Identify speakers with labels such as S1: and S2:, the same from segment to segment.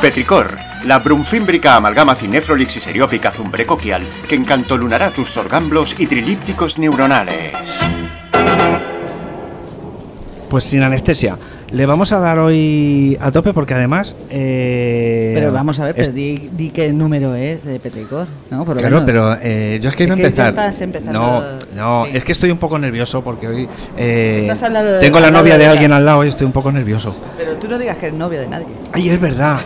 S1: Petricor, la brunfímbrica amalgama cinefrolix y seriópica zumbrecoquial que encantolunará tus sorgamblos y trilípticos neuronales.
S2: Pues sin anestesia. Le vamos a dar hoy a tope porque además. eh,
S3: Pero vamos a ver,
S2: es-
S3: pero di, di qué número es de Petricor, ¿no? Por lo
S2: Claro,
S3: menos.
S2: pero eh, yo es que iba a
S3: Es que ya
S2: empezar.
S3: estás empezando-
S2: no, no,
S3: sí.
S2: es que estoy un poco nervioso porque hoy eh,
S3: Estás al lado de-
S2: tengo la
S3: al lado
S2: novia
S3: de
S2: de
S3: ella.
S2: alguien al lado y estoy un poco nervioso.
S3: Pero tú no digas que eres novia de nadie.
S2: Ay, es verdad.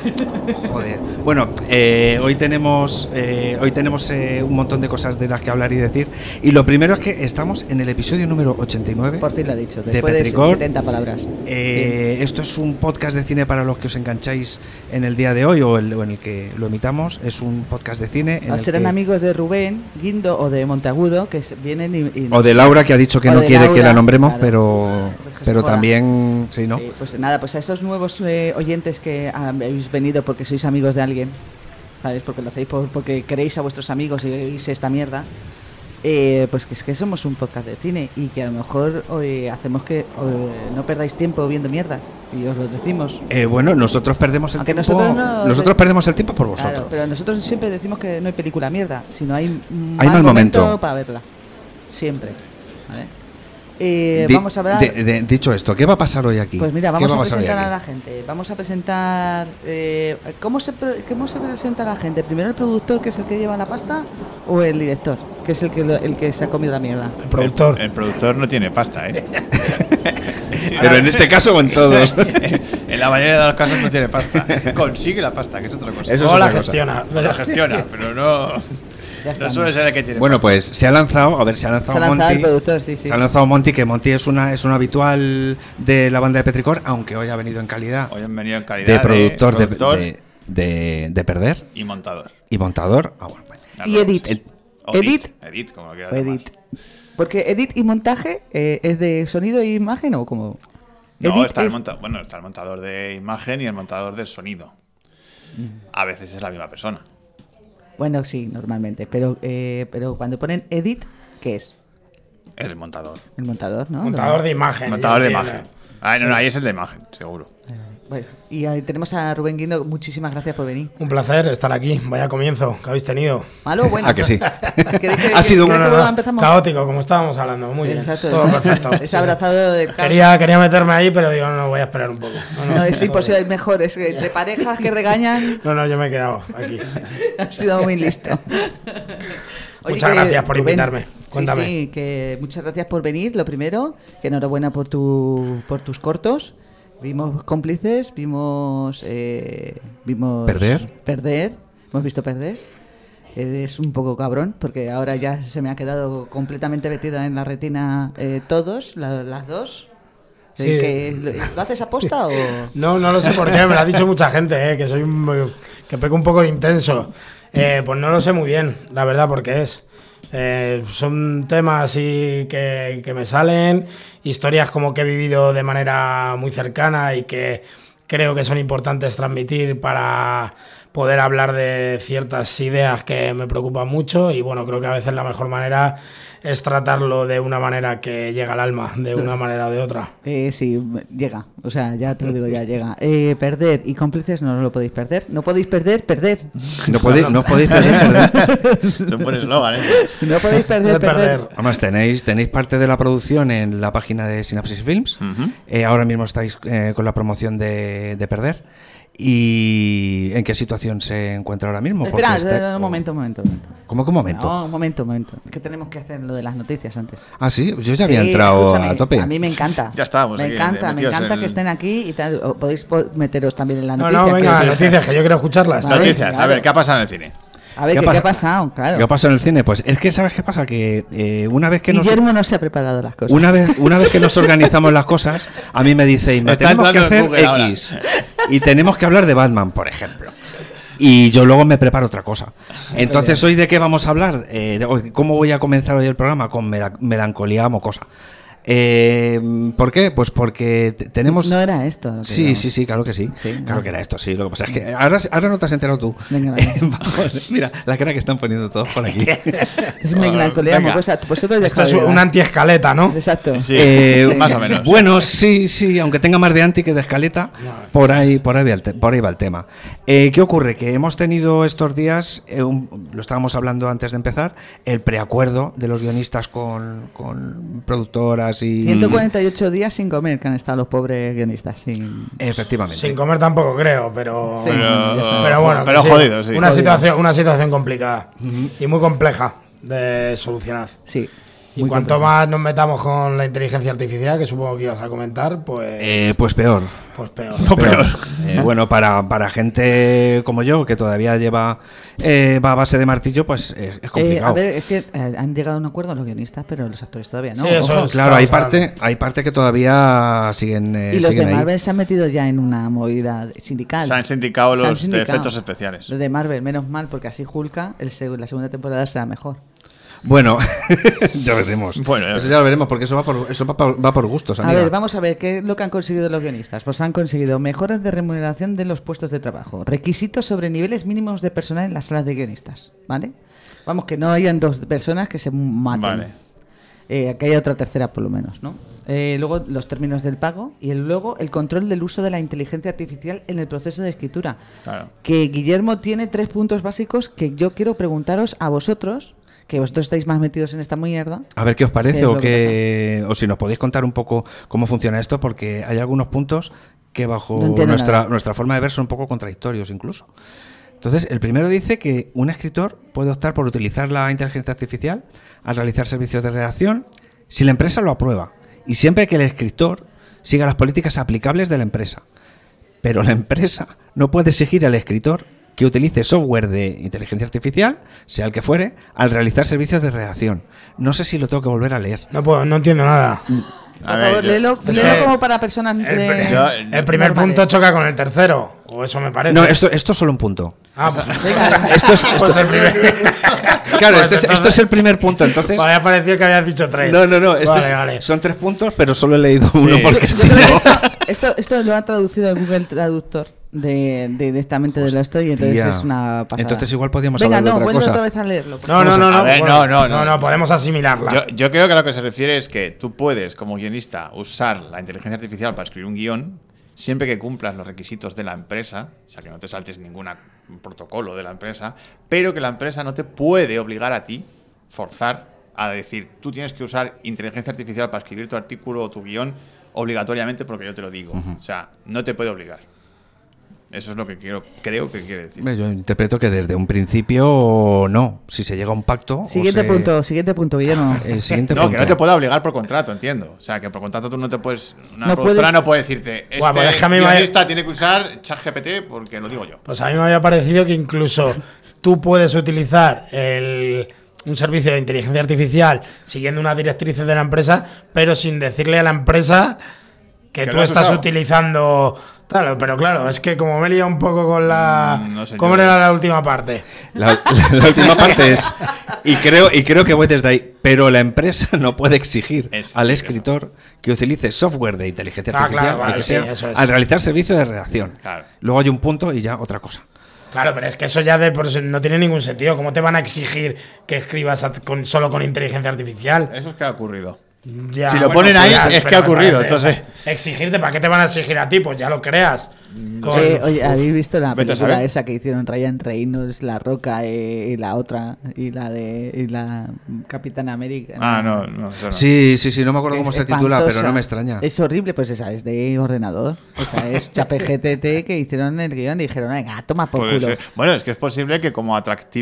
S2: Joder. Bueno, eh, hoy tenemos, eh, hoy tenemos eh, un montón de cosas de las que hablar y decir. Y lo primero es que estamos en el episodio número 89.
S3: Por fin lo ha dicho,
S2: De
S3: después de,
S2: Petricor.
S3: 70 palabras.
S2: Eh, esto es un podcast de cine para los que os engancháis en el día de hoy o, el- o en el que lo emitamos. Es un podcast de cine. en
S3: Bien.
S2: el
S3: Serán
S2: que-
S3: amigos de Rubén, Guindo o de Montagudo, que se- vienen y... y-
S2: O de Laura, que ha dicho que
S3: O
S2: no
S3: de
S2: quiere que
S3: Laura,
S2: la nombremos,
S3: claro.
S2: pero,
S3: Pues que se
S2: pero
S3: joda.
S2: también, sí, ¿no?
S3: Sí, pues nada, pues a esos nuevos eh, oyentes que habéis venido porque sois amigos de alguien, ¿sabes? Porque lo hacéis por- porque queréis a vuestros amigos y oís esta mierda. eh, pues que es que somos un podcast de cine y que a lo mejor eh, hacemos que eh, no perdáis tiempo viendo mierdas y os lo decimos.
S2: Eh, bueno, nosotros perdemos el
S3: Aunque
S2: tiempo.
S3: nosotros no- eh,
S2: nosotros perdemos el tiempo por vosotros.
S3: Claro, pero nosotros siempre decimos que no hay película mierda, sino hay un
S2: Hay mal momento.
S3: para verla. Siempre. ¿vale? Eh,
S2: Di-
S3: vamos a hablar.
S2: de- de- dicho esto, ¿qué va a pasar hoy aquí?
S3: Pues mira,
S2: ¿Qué
S3: vamos
S2: va
S3: a
S2: pasar hoy
S3: presentar a la
S2: aquí?
S3: gente. Vamos a presentar. eh, ¿cómo, se pre- ¿Cómo se presenta la gente? ¿Primero el productor, que es el que lleva la pasta, o el director, que es el que, lo- el que se ha comido la mierda?
S4: El productor. El, productor no tiene pasta, ¿eh?
S2: Pero en este caso o en todos.
S4: en la mayoría de los casos no tiene pasta. Consigue la pasta, que es otra
S2: Eso
S4: cosa.
S2: es
S4: O
S2: otra
S4: la
S2: cosa.
S4: gestiona. o la gestiona, pero no,
S3: Ya
S4: no
S3: está.
S4: suele ser el que tiene
S2: bueno, pues se ha lanzado, a ver, se ha
S3: se
S2: lanzado
S3: ha lanzado
S2: Monty.
S3: el productor, sí, sí.
S2: Se ha lanzado Monty, que Monty es una es un habitual de la banda de Petricor, aunque hoy ha venido en calidad
S4: pasta. Hoy han venido en calidad
S2: de productor, de,
S4: productor
S2: de- de- de perder
S4: y montador.
S2: y montador. Ah, bueno, bueno.
S3: Y Edith.
S2: El-
S4: O
S3: Edith.
S4: Edith, como quieras
S3: O
S4: llamar.
S3: edit. Porque edit y montaje eh, es de sonido e imagen o como.
S4: No,
S3: Edit
S4: está, el
S3: es-
S4: monta- bueno, está el montador de imagen y el montador de sonido. A veces es la misma persona.
S3: Bueno, sí, normalmente. Pero, eh, pero cuando ponen edit, ¿qué es?
S4: El montador.
S3: El montador, Ah, ¿no?
S5: Montador de imagen.
S4: Montador
S5: yo
S4: de
S5: entiendo.
S4: imagen. Ah, no, no, ahí es el de imagen, seguro.
S3: Eh, Bueno, y ahí tenemos a Rubén Guindo. Muchísimas gracias por venir.
S5: Un placer estar aquí. Vaya comienzo que habéis tenido.
S3: ¿Malo o bueno?
S2: Ah, que sí.
S3: ¿Queréis que-
S2: Ha sido un-
S3: queréis que
S2: no, no,
S3: vuelva-
S2: no.
S3: empezamos?
S5: Caótico, como estábamos hablando. Muy bien.
S3: Exacto.
S5: Todo
S3: exacto.
S5: perfecto.
S3: Es abrazado del caos.
S5: Quería, quería meterme ahí, pero digo, no, voy a esperar un poco. No, no,
S3: No, es
S5: todo
S3: imposible, es
S5: bien.
S3: mejor. Es que entre parejas que regañan,
S5: No, no, yo me he quedado aquí.
S3: has sido muy listo.
S5: Muchas gracias por invitarme. Cuéntame.
S3: Sí, sí, que muchas gracias por venir, lo primero. Que enhorabuena por, tu, por tus cortos. Vimos cómplices, vimos. eh, vimos
S2: Perder.
S3: Perder. Hemos visto perder. Eres un poco cabrón, porque ahora ya se me ha quedado completamente metida en la retina eh, todos, la- las dos.
S5: Sí.
S3: Eh, que- ¿lo, lo haces aposta o.?
S5: No, no lo sé por qué, me lo ha dicho mucha gente, eh, que soy un- que peco un poco de intenso. Eh, pues no lo sé muy bien, la verdad, porque es. Eh, son temas y que, que me salen, historias como que he vivido de manera muy cercana y que creo que son importantes transmitir para poder hablar de ciertas ideas que me preocupan mucho y bueno, creo que a veces la mejor manera es tratarlo de una manera que llega al alma, de una manera o de otra.
S3: Eh, sí, llega. O sea, ya te lo digo, ya llega. Eh, perder y cómplices no lo podéis perder. No podéis perder, perder.
S2: No podéis, no podéis perder, ¿verdad?
S4: Es un buen eslogan, ¿eh?
S3: No podéis perder,
S5: De
S3: perder.
S5: perder.
S2: Además, tenéis, tenéis parte de la producción en la página de Synapsis Films.
S4: Ujú.
S2: Eh, ahora mismo estáis eh, con la promoción de, de Perder. ¿Y en qué situación se encuentra ahora mismo? Porque
S3: Espera,
S2: está-
S3: eh, un momento, un momento. un momento.
S2: ¿Cómo que un momento?
S3: No, un momento, un momento. Es que tenemos que hacer lo de las noticias antes.
S2: Ah, sí, yo ya había
S3: Sí,
S2: entrado
S3: escúchame,
S2: a tope.
S3: A mí me encanta.
S4: Ya estábamos
S3: Me
S4: aquí,
S3: encanta, me
S4: metidos
S3: encanta
S4: en-
S3: que estén aquí y tal. O podéis po- meteros también en la
S5: No,
S3: noticia.
S5: no, venga,
S3: que-
S5: noticias, que yo quiero escucharlas.
S3: Vale.
S4: Noticias, a
S3: claro.
S4: ver, ¿qué ha pasado en el cine?
S3: A ver, ¿qué,
S2: ha
S3: qué ha
S2: pas-
S3: pasado? Claro.
S2: ¿Qué ha pasado en el cine? Pues es que, ¿sabes qué pasa? Que eh, una vez que nos...
S3: Guillermo no se ha preparado las cosas.
S2: Una vez, una vez que nos organizamos las cosas, a mí me dice, Inma,
S4: Está
S2: tenemos que
S4: entrando en
S2: hacer
S4: Google ahora.
S2: X. Y tenemos que hablar de Batman, por ejemplo. Y yo luego me preparo otra cosa. Entonces, ¿hoy de qué vamos a hablar? Eh, de- hoy- ¿Cómo voy a comenzar hoy el programa? Con mela- melancolía mocosa. Eh, ¿Por qué? Pues porque te- tenemos...
S3: No era esto. lo que
S2: Sí,
S3: digo.
S2: sí, sí, claro que sí.
S3: Sí,
S2: claro
S3: vale.
S2: que era esto, sí. Lo que pasa es que ahora, ahora no te has enterado tú.
S3: Venga, vale.
S2: Vamos, mira, la cara que están poniendo todos por aquí. Eh,
S3: Es melancolía,
S4: Venga.
S3: pues, pues eso te
S5: Esto es
S3: dejo de-
S5: una antiescaleta, ¿no?
S3: Exacto.
S4: Sí,
S2: Eh,
S4: más o menos.
S2: Bueno, sí, sí, aunque tenga más de anti que de escaleta, por ahí, por ahí, va el te- por ahí va el tema. Eh, ¿Qué ocurre? Que hemos tenido estos días, eh, un- lo estábamos hablando antes de empezar, el preacuerdo de los guionistas con, con productoras y...
S3: 148 días sin comer que han estado los pobres guionistas. Sin...
S2: Efectivamente.
S5: Sin comer tampoco creo, pero.
S3: Sí.
S4: Pero,
S3: ya sabes.
S5: Pero bueno, que
S4: pero
S5: sí,
S4: jodido, sí.
S5: Una,
S3: Jodido.
S5: Situación, una situación complicada y muy compleja de solucionar.
S3: Sí.
S5: Y
S3: muy
S5: cuanto
S3: complicado.
S5: más nos metamos con la inteligencia artificial, que supongo que ibas a comentar, pues,
S2: Eh, pues peor.
S5: pues peor.
S4: No, peor.
S2: Eh, bueno, para, para gente como yo, que todavía lleva eh, va a base de martillo, pues eh, es
S3: Eh, a
S2: complicado.
S3: ver, es que eh, han llegado a un acuerdo los guionistas, pero los actores todavía no.
S5: Sí, eso
S3: Ojo.
S5: es.
S2: claro, hay
S5: Estamos
S2: parte, hay parte que todavía siguen, eh,
S3: Y los de
S2: siguen ahí.
S3: Marvel se han metido ya en una movida sindical.
S4: Se han sindicado
S3: Se han
S4: los de
S3: sindicado.
S4: efectos especiales.
S3: Los de Marvel, menos mal, porque así Hulka, el seg- la segunda temporada será mejor.
S2: Bueno, ya veremos.
S4: Bueno, ya
S2: eso ya lo veremos, porque eso va por, eso va por, va por gustos.
S4: Pues
S3: A
S2: amiga.
S3: ver, vamos a ver qué es lo que han conseguido los guionistas. Pues han conseguido mejoras de remuneración de los puestos de trabajo, requisitos sobre niveles mínimos de personal en las salas de guionistas, ¿vale? Vamos, que no hayan dos personas que se maten.
S4: Vale.
S3: Eh, que haya otra tercera por lo menos, ¿no? Eh, luego los términos del pago y el- luego el control del uso de la inteligencia artificial en el proceso de escritura.
S4: Claro.
S3: Que Guillermo tiene tres puntos básicos que yo quiero preguntaros a vosotros, que vosotros estáis más metidos en esta mierda.
S2: A ver qué os parece
S3: ¿Qué es
S2: o,
S3: lo que
S2: qué- o si nos podéis contar un poco cómo funciona esto, porque hay algunos puntos que bajo
S3: No entiendo
S2: nuestra,
S3: nada.
S2: nuestra forma de ver son un poco contradictorios incluso. Entonces, el primero dice que un escritor puede optar por utilizar la inteligencia artificial al realizar servicios de redacción si la empresa lo aprueba y siempre que el escritor siga las políticas aplicables de la empresa. Pero la empresa no puede exigir al escritor que utilice software de inteligencia artificial, sea el que fuere, al realizar servicios de redacción. No sé si lo tengo que volver a leer.
S5: No, puedo, no entiendo nada.
S2: Mm.
S4: A
S3: Por
S4: ver,
S3: favor,
S4: yo-
S3: léelo,
S5: yo-
S3: léelo
S5: Eh,
S3: como para personas
S5: El,
S3: de-
S5: pri-
S4: Yo-
S5: el primer
S3: normales.
S5: punto choca con el tercero, o eso me parece.
S2: No, esto, esto es solo un punto.
S5: Ah, pues-
S3: Venga,
S2: Esto es, esto-
S5: pues el primer.
S2: claro, este
S5: Pues
S2: es-
S5: entonces-
S2: esto es el primer punto, entonces.
S5: Vale, ha parecido que habías dicho tres.
S2: No, no, no. este
S5: Vale,
S2: es-
S5: vale.
S2: Son tres puntos, pero solo he leído uno
S4: Sí.
S2: porque
S3: yo
S2: sí.
S3: creo que esto, esto, esto lo ha traducido el Google Traductor de, de- directamente de lo estoy, entonces
S2: Hostia.
S3: es una pasada.
S2: Entonces igual podíamos
S3: Venga,
S2: hablar de
S3: no,
S2: otra
S3: vuelve
S2: cosa.
S3: otra vez a leerlo. por
S5: No, no,
S4: Vamos
S5: no,
S4: a-
S5: no,
S4: a ver,
S5: bueno,
S4: no, no, no.
S5: podemos asimilarla.
S4: Yo, yo creo que a lo que se refiere es que tú puedes, como guionista, usar la inteligencia artificial para escribir un guión siempre que cumplas los requisitos de la empresa, o sea, que no te saltes ningún protocolo de la empresa, pero que la empresa no te puede obligar a ti, forzar, a decir, tú tienes que usar inteligencia artificial para escribir tu artículo o tu guión obligatoriamente porque yo te lo digo. O sea, no te puede obligar. Eso es lo que quiero, creo que quiere decir.
S2: Hombre, Yo interpreto que desde un principio no. Si se llega a un pacto. o
S3: Siguiente
S2: se-
S3: punto, siguiente punto, Guillermo.
S2: El siguiente
S4: No,
S2: punto.
S4: que no te pueda obligar por contrato, entiendo. O sea, que por contrato tú no te puedes. Una
S3: No
S4: productora
S3: puedes-
S4: no puede decirte. Este
S5: Guau, pues es que a mí me-
S4: guionista tiene que usar ChatGPT porque lo digo yo.
S5: Pues a mí me había parecido que incluso tú puedes utilizar el- un servicio de inteligencia artificial siguiendo unas directrices de la empresa, pero sin decirle a la empresa que,
S4: Que
S5: tú
S4: lo has
S5: estás
S4: usado.
S5: utilizando. Claro, pero claro, es que como me he liado un poco con la.
S4: Mm, no sé
S5: ¿Cómo
S4: yo.
S5: era la última parte?
S2: La, la- la última parte es, y creo, y creo que voy desde ahí, pero la empresa no puede exigir
S4: Es-
S2: al escritor que utilice software de inteligencia
S5: Ah,
S2: artificial
S5: claro,
S2: lo que
S5: vale, sí,
S2: sea,
S5: eso es.
S2: al realizar servicio de redacción.
S4: Claro.
S2: Luego hay un punto y ya otra cosa.
S5: Claro, pero es que eso ya de por sí no tiene ningún sentido. ¿Cómo te van a exigir que escribas a- con- solo con inteligencia artificial?
S4: Eso es que ha ocurrido.
S5: Ya, pues
S4: Si lo ponen ahí,
S5: ya,
S4: es
S5: pero
S4: que ha
S5: me
S4: ocurrido, entonces.
S5: Exigirte, ¿para qué te van a exigir a ti? Pues ya lo creas. Con-
S3: Eh, oye, ¿habéis visto la
S4: Vete a
S3: película
S4: saber.
S3: esa que hicieron Ryan Reynolds, La Roca eh, y la otra, y la de y la Capitán América?
S4: Ah, no, no, eso no.
S2: Sí, sí, sí, no me
S3: Que
S2: acuerdo
S3: es
S2: cómo se titula, pero
S3: espantosa.
S2: no me extraña.
S3: Es horrible, pues esa es de ordenador. Esa es ChatGPT que hicieron el guión y dijeron, venga, toma por
S4: Puede
S3: culo.
S4: ser. Bueno, es que es posible que como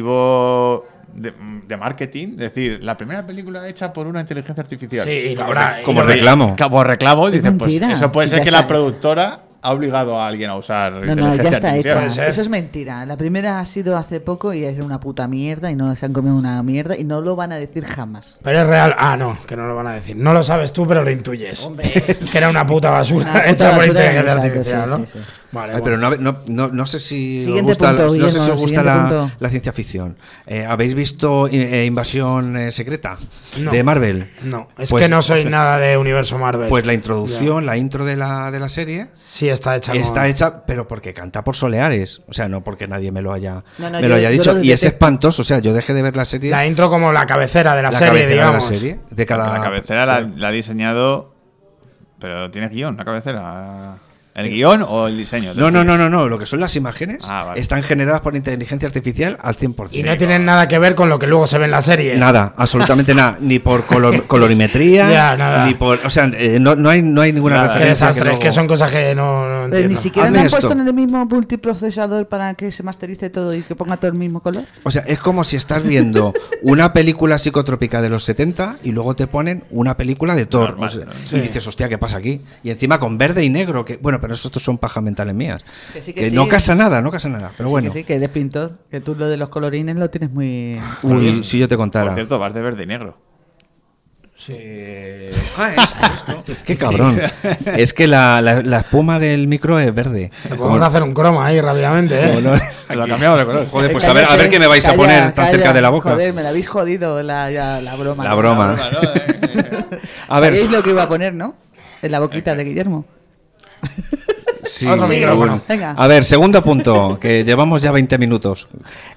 S4: atractivo de, de marketing, es decir, la primera película hecha por una inteligencia artificial.
S5: Sí, y lo habrá. y
S2: Como
S5: lo-
S2: reclamo.
S4: Como reclamo, dice, pues
S3: mentira,
S4: eso puede
S3: si
S4: ser
S3: ya
S4: que
S3: está
S4: la
S3: hecho.
S4: productora ha obligado a alguien a usar
S3: No, no, ya
S4: inteligencia
S3: está
S4: artificial.
S3: hecha.
S5: Puede ser.
S3: Eso es mentira. La primera ha sido hace poco y es una puta mierda y no se han comido una mierda y no lo van a decir jamás.
S5: Pero es real. Ah, no, que no lo van a decir. No lo sabes tú, pero lo intuyes. que era una puta basura
S3: Una puta
S5: hecha por
S3: basura
S5: inteligencia
S3: de
S5: artificial,
S3: mensaje,
S5: ¿no?
S3: sí, sí, sí.
S5: Vale,
S2: Ay,
S5: bueno.
S2: pero no, no- no- no sé si os
S3: Siguiente
S2: gusta,
S3: punto,
S2: no sé si
S3: Guillermo,
S2: os gusta
S3: siguiente
S2: la,
S3: punto.
S2: la ciencia ficción. Eh, ¿Habéis visto eh, Invasión eh, Secreta
S5: No.
S2: de Marvel?
S5: No, es
S2: Pues-
S5: que no soy nada de universo Marvel.
S2: Pues la introducción, la intro de la, de la serie
S5: sí está hecha.
S2: está
S5: con-
S2: hecha, pero porque canta por Soleares. O sea, no porque nadie me lo haya,
S3: No, no,
S2: me
S3: yo-
S2: lo haya
S3: yo
S2: dicho.
S3: lo
S2: y es
S3: detecto.
S2: espantoso. O sea, yo dejé de ver la serie.
S5: La intro como la cabecera de la, serie,
S2: cabecera
S5: digamos.
S2: De la serie. De
S4: Porque
S2: cada,
S4: La cabecera la, la ha diseñado. Pero tiene guión, la cabecera. ¿El guión o el diseño? Es
S2: No, no,
S4: decir,
S2: no, no, no. Lo que son las imágenes
S4: Ah, vale.
S2: están generadas por inteligencia artificial al 100%.
S5: Y no tienen nada que ver con lo que luego se ve en la serie.
S2: Nada, absolutamente nada. Ni por color- colorimetría,
S5: Ya, nada.
S2: ni por. O sea, eh, no, no hay, no hay ninguna
S4: Nada.
S5: Qué
S2: referencia.
S5: desastre, es
S2: luego-
S5: que son cosas que no, no
S3: Pero ni
S5: entiendo.
S3: siquiera
S2: Hazme
S3: le han
S2: esto.
S3: puesto en el mismo multiprocesador para que se masterice todo y que ponga todo el mismo color.
S2: O sea, es como si estás viendo una película psicotrópica de los 70 y luego te ponen una película de Thor.
S4: Normal,
S2: O sea,
S4: ¿no?
S2: Y dices, hostia, ¿qué pasa aquí? Y encima con verde y negro, que bueno, pero estos son pajas mentales mías.
S3: Que sí, que
S2: no
S3: sí.
S2: casa nada, no casa nada. Pero
S3: Sí,
S2: bueno,
S3: que sí, que eres pintor. Que tú lo de los colorines lo tienes muy.
S2: uy, si yo te contara.
S4: Por cierto, vas de verde y negro.
S2: Ah, es por esto. Qué cabrón. Es que la, la- la espuma del micro es verde.
S5: Te podemos hacer un croma ahí rápidamente, ¿eh?
S2: Como no-
S4: Te lo cambiamos de color.
S2: Joder, pues
S3: Eh,
S2: a ver, a ver
S3: cállate,
S2: qué me vais a
S3: calla,
S2: poner tan
S3: calla.
S2: cerca de la boca.
S3: Joder, me la habéis jodido la, ya, la broma.
S2: La broma.
S4: Ah, bueno, eh, eh.
S2: A ver,
S3: Sabéis lo que iba a poner, ¿no? En la boquita de Guillermo.
S2: sí,
S5: Otro
S2: pero
S5: micrófono.
S2: bueno.
S3: Venga.
S2: A ver, segundo punto, que llevamos ya 20 minutos.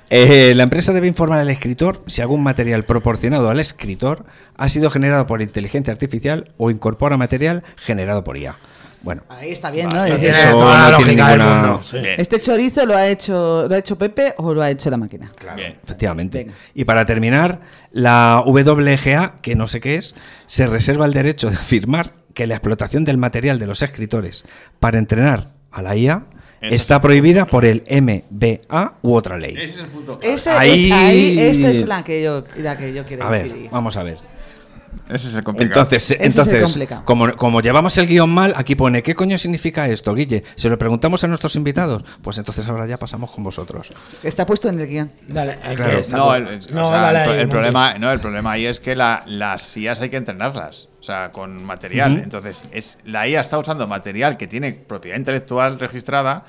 S2: Eh, la empresa debe informar al escritor si algún material proporcionado al escritor ha sido generado por inteligencia artificial o incorpora material generado por IA. Bueno,
S3: Ahí está bien,
S4: Vale,
S3: ¿no?
S4: bien.
S5: Tiene
S2: Eso
S5: toda la
S2: no tiene
S5: lógica del
S2: ninguna-
S5: mundo. sí.
S4: Bien,
S3: ¿Este chorizo lo ha hecho lo ha hecho Pepe o lo ha hecho la máquina?
S4: bien.
S2: Efectivamente.
S3: Venga.
S2: Y para terminar, la WGA, que no sé qué es, se reserva el derecho de afirmar que la explotación del material de los escritores para entrenar a la IA
S4: Eso
S2: está prohibida por el MBA u otra ley.
S4: Ese es el punto.
S3: Ese
S2: Ahí-
S3: es ahí, esta es la que yo, la que yo quiero
S2: A ver,
S3: decir.
S2: vamos a ver.
S4: Ese es el complicado.
S2: Entonces,
S3: es el
S2: entonces
S3: complicado.
S2: como, como llevamos el guión mal, aquí pone, ¿qué coño significa esto, Guille? Se lo preguntamos a nuestros invitados. Pues entonces ahora ya pasamos con vosotros.
S3: Está puesto en el guión.
S5: Dale, el que
S2: Claro.
S5: está
S4: No,
S5: por-
S4: el, el-
S5: No,
S4: o sea,
S5: dale
S4: el pro-
S5: ahí,
S4: el
S5: Monty.
S4: problema, no, el problema ahí es que la- las IAs hay que entrenarlas, o sea, con material.
S2: Ujú.
S4: Entonces, es, la IA está usando material que tiene propiedad intelectual registrada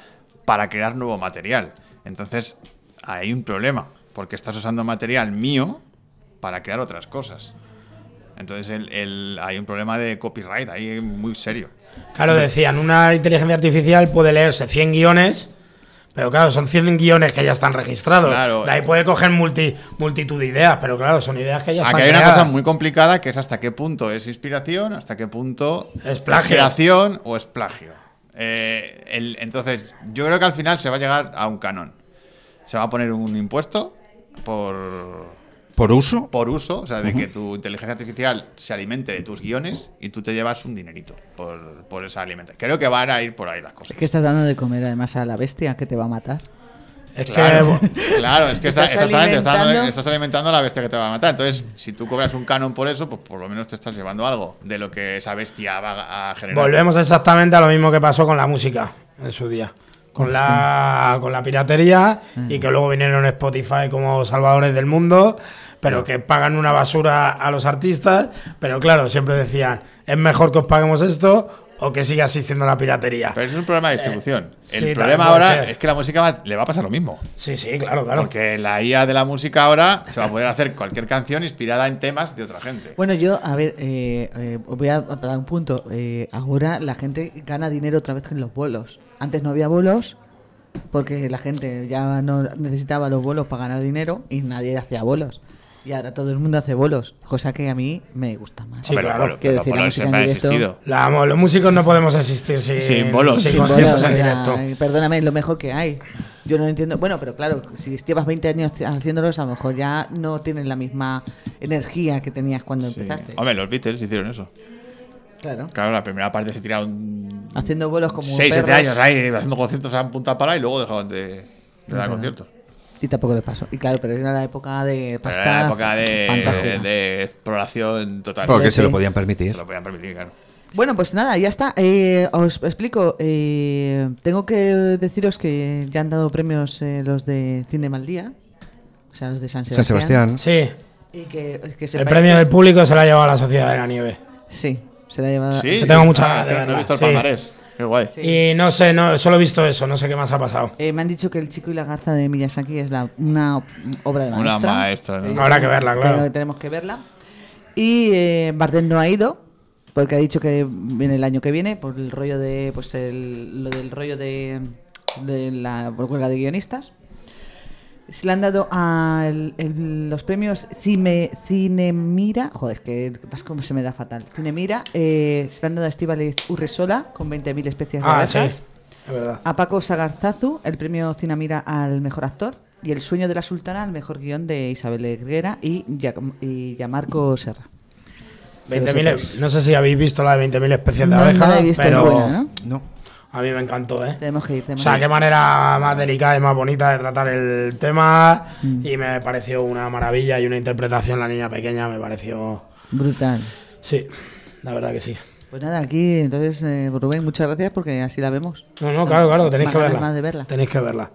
S4: para crear nuevo material. Entonces, hay un problema, porque estás usando material mío para crear otras cosas. Entonces, el- el- hay un problema de copyright ahí muy serio.
S5: Claro, decían, una inteligencia artificial puede leerse 100 guiones, pero claro, son 100 guiones que ya están registrados.
S4: Claro.
S5: De ahí puede coger multi, multitud de ideas, pero claro, son ideas que ya
S4: Aquí
S5: están
S4: hay una
S5: creadas.
S4: cosa muy complicada que es hasta qué punto es inspiración, hasta qué punto
S5: Es plagio.
S4: creación o es plagio. Eh, el- entonces, yo creo que al final se va a llegar a un canon. Se va a poner un impuesto por,
S2: ¿Por uso?
S4: por uso, o sea, de que tu inteligencia artificial se alimente de tus guiones y tú te llevas un dinerito por, por esa alimentación. Creo que van a ir por ahí las cosas.
S3: Es que estás dando de comer además a la bestia que te va a matar.
S5: Es que,
S4: Claro,
S5: bueno,
S4: claro, es que está-
S3: Estás
S4: exactamente, estás dando-
S3: alimentando-
S4: estás alimentando a la bestia que te va a matar. Entonces, si tú cobras un canon por eso, pues por lo menos te estás llevando algo de lo que esa bestia va a generar.
S5: volvemos exactamente a lo mismo que pasó con la música en su día. Con la, con la piratería y que luego vinieron Spotify como salvadores del mundo, pero que pagan una basura a los artistas. Pero claro, siempre decían, es mejor que os paguemos esto o que siga existiendo la piratería.
S4: Pero eso es un problema de distribución.
S5: Eh,
S4: El
S5: sí,
S4: problema
S5: también puede
S4: ahora
S5: ser.
S4: es que la música va- le va a pasar lo mismo.
S5: Sí, sí, claro, claro.
S4: Porque la IA de la música ahora se va a poder hacer cualquier canción inspirada en temas de otra gente.
S3: Bueno, yo, a ver, eh, eh, os voy a dar un punto. Eh, ahora la gente gana dinero otra vez en los bolos. Antes no había bolos porque la gente ya no necesitaba los bolos para ganar dinero y nadie hacía bolos. Y ahora todo el mundo hace bolos, cosa que a mí me gusta más.
S5: Sí, claro.
S4: bueno,
S3: Quiero decir, la
S4: bueno,
S3: música
S4: siempre
S3: en
S4: ha
S3: directo-
S4: existido.
S5: La- los músicos no podemos existir sin,
S4: Sin bolos.
S5: sin
S4: Sin
S5: conciertos
S3: Bolos,
S5: en
S3: o sea,
S5: directo.
S3: eh, perdóname, es lo mejor que hay. Yo no entiendo. Bueno, pero claro, si llevas 20 años haciéndolos, a lo mejor ya no tienes la misma energía que tenías cuando
S4: Sí.
S3: empezaste.
S4: Hombre, los Beatles hicieron eso.
S3: Claro.
S4: Claro, la primera parte se tiraron
S3: Haciendo bolos como
S4: 6, 7
S3: perros.
S4: años ahí haciendo conciertos en punta para y luego dejaron de, de dar conciertos.
S3: Y tampoco les pasó. Y claro, pero era la época de
S4: Pero
S3: pasta.
S4: era la época de,
S3: fantástica.
S4: de exploración total.
S2: Porque
S3: Porque
S2: se
S3: sí.
S2: lo podían
S4: Se
S2: permitir.
S4: lo podían permitir, claro.
S3: Bueno, pues nada, ya está. Eh, os explico. Eh, tengo que deciros que ya han dado premios eh, los de Cine Maldía, o sea, los de San Sebastián.
S2: San Sebastián.
S5: Sí,
S3: Y que, que
S5: el
S3: sepáis
S5: premio
S3: que-
S5: del público se lo ha llevado la Sociedad de la Nieve.
S3: Sí, se la ha llevado.
S4: Sí,
S5: tengo
S4: sí.
S5: muchas
S4: Ah,
S5: ganas de
S4: no, no he
S5: verla,
S4: visto el
S5: sí.
S4: palmarés. Qué guay.
S3: Sí.
S5: Y no sé, no, solo he visto eso, no sé qué más ha pasado.
S3: Eh, me han dicho que El chico y la garza de Miyazaki es la, una obra de
S4: Una
S3: maestra.
S4: maestra, ¿no?
S5: Habrá que verla, claro.
S3: Pero tenemos que verla. Y eh, Bardem no ha ido porque ha dicho que viene el año que viene por el rollo de pues el, lo del rollo de, de la huelga de guionistas. Se le han dado a el- el- los premios Cine, Cinemira. Joder, es que vas como se me da fatal. Cinemira. eh, se le han dado a Estíbaliz Urresola con 20.000 especies de
S5: Ah, sí,
S3: razas
S5: es verdad.
S3: a Paco Sagarzazu el premio Cinamira al mejor actor y El sueño de la sultana al mejor guión de Isabel Herguera y, Ya- y Yamarco Serra.
S5: 20.000, no sé si habéis visto la de 20.000 especies de
S3: No, no
S5: abejas,
S3: la he visto,
S5: pero
S3: es buena, ¿no?
S2: No.
S5: a mí me encantó, ¿eh?
S3: Tenemos que ir.
S5: O
S3: tenemos
S5: sea,
S3: que
S5: qué
S3: ir.
S5: manera más delicada y más bonita de tratar el tema.
S3: Mm.
S5: Y me pareció una maravilla y una interpretación. La niña pequeña me pareció.
S3: Brutal.
S5: Sí, la verdad que sí.
S3: Pues nada, aquí entonces, eh, Rubén, muchas gracias porque así la vemos.
S5: No, no, claro, claro, tenéis
S3: Más
S5: que
S3: ganas
S5: verla.
S3: más de verla.
S5: Tenéis que verla.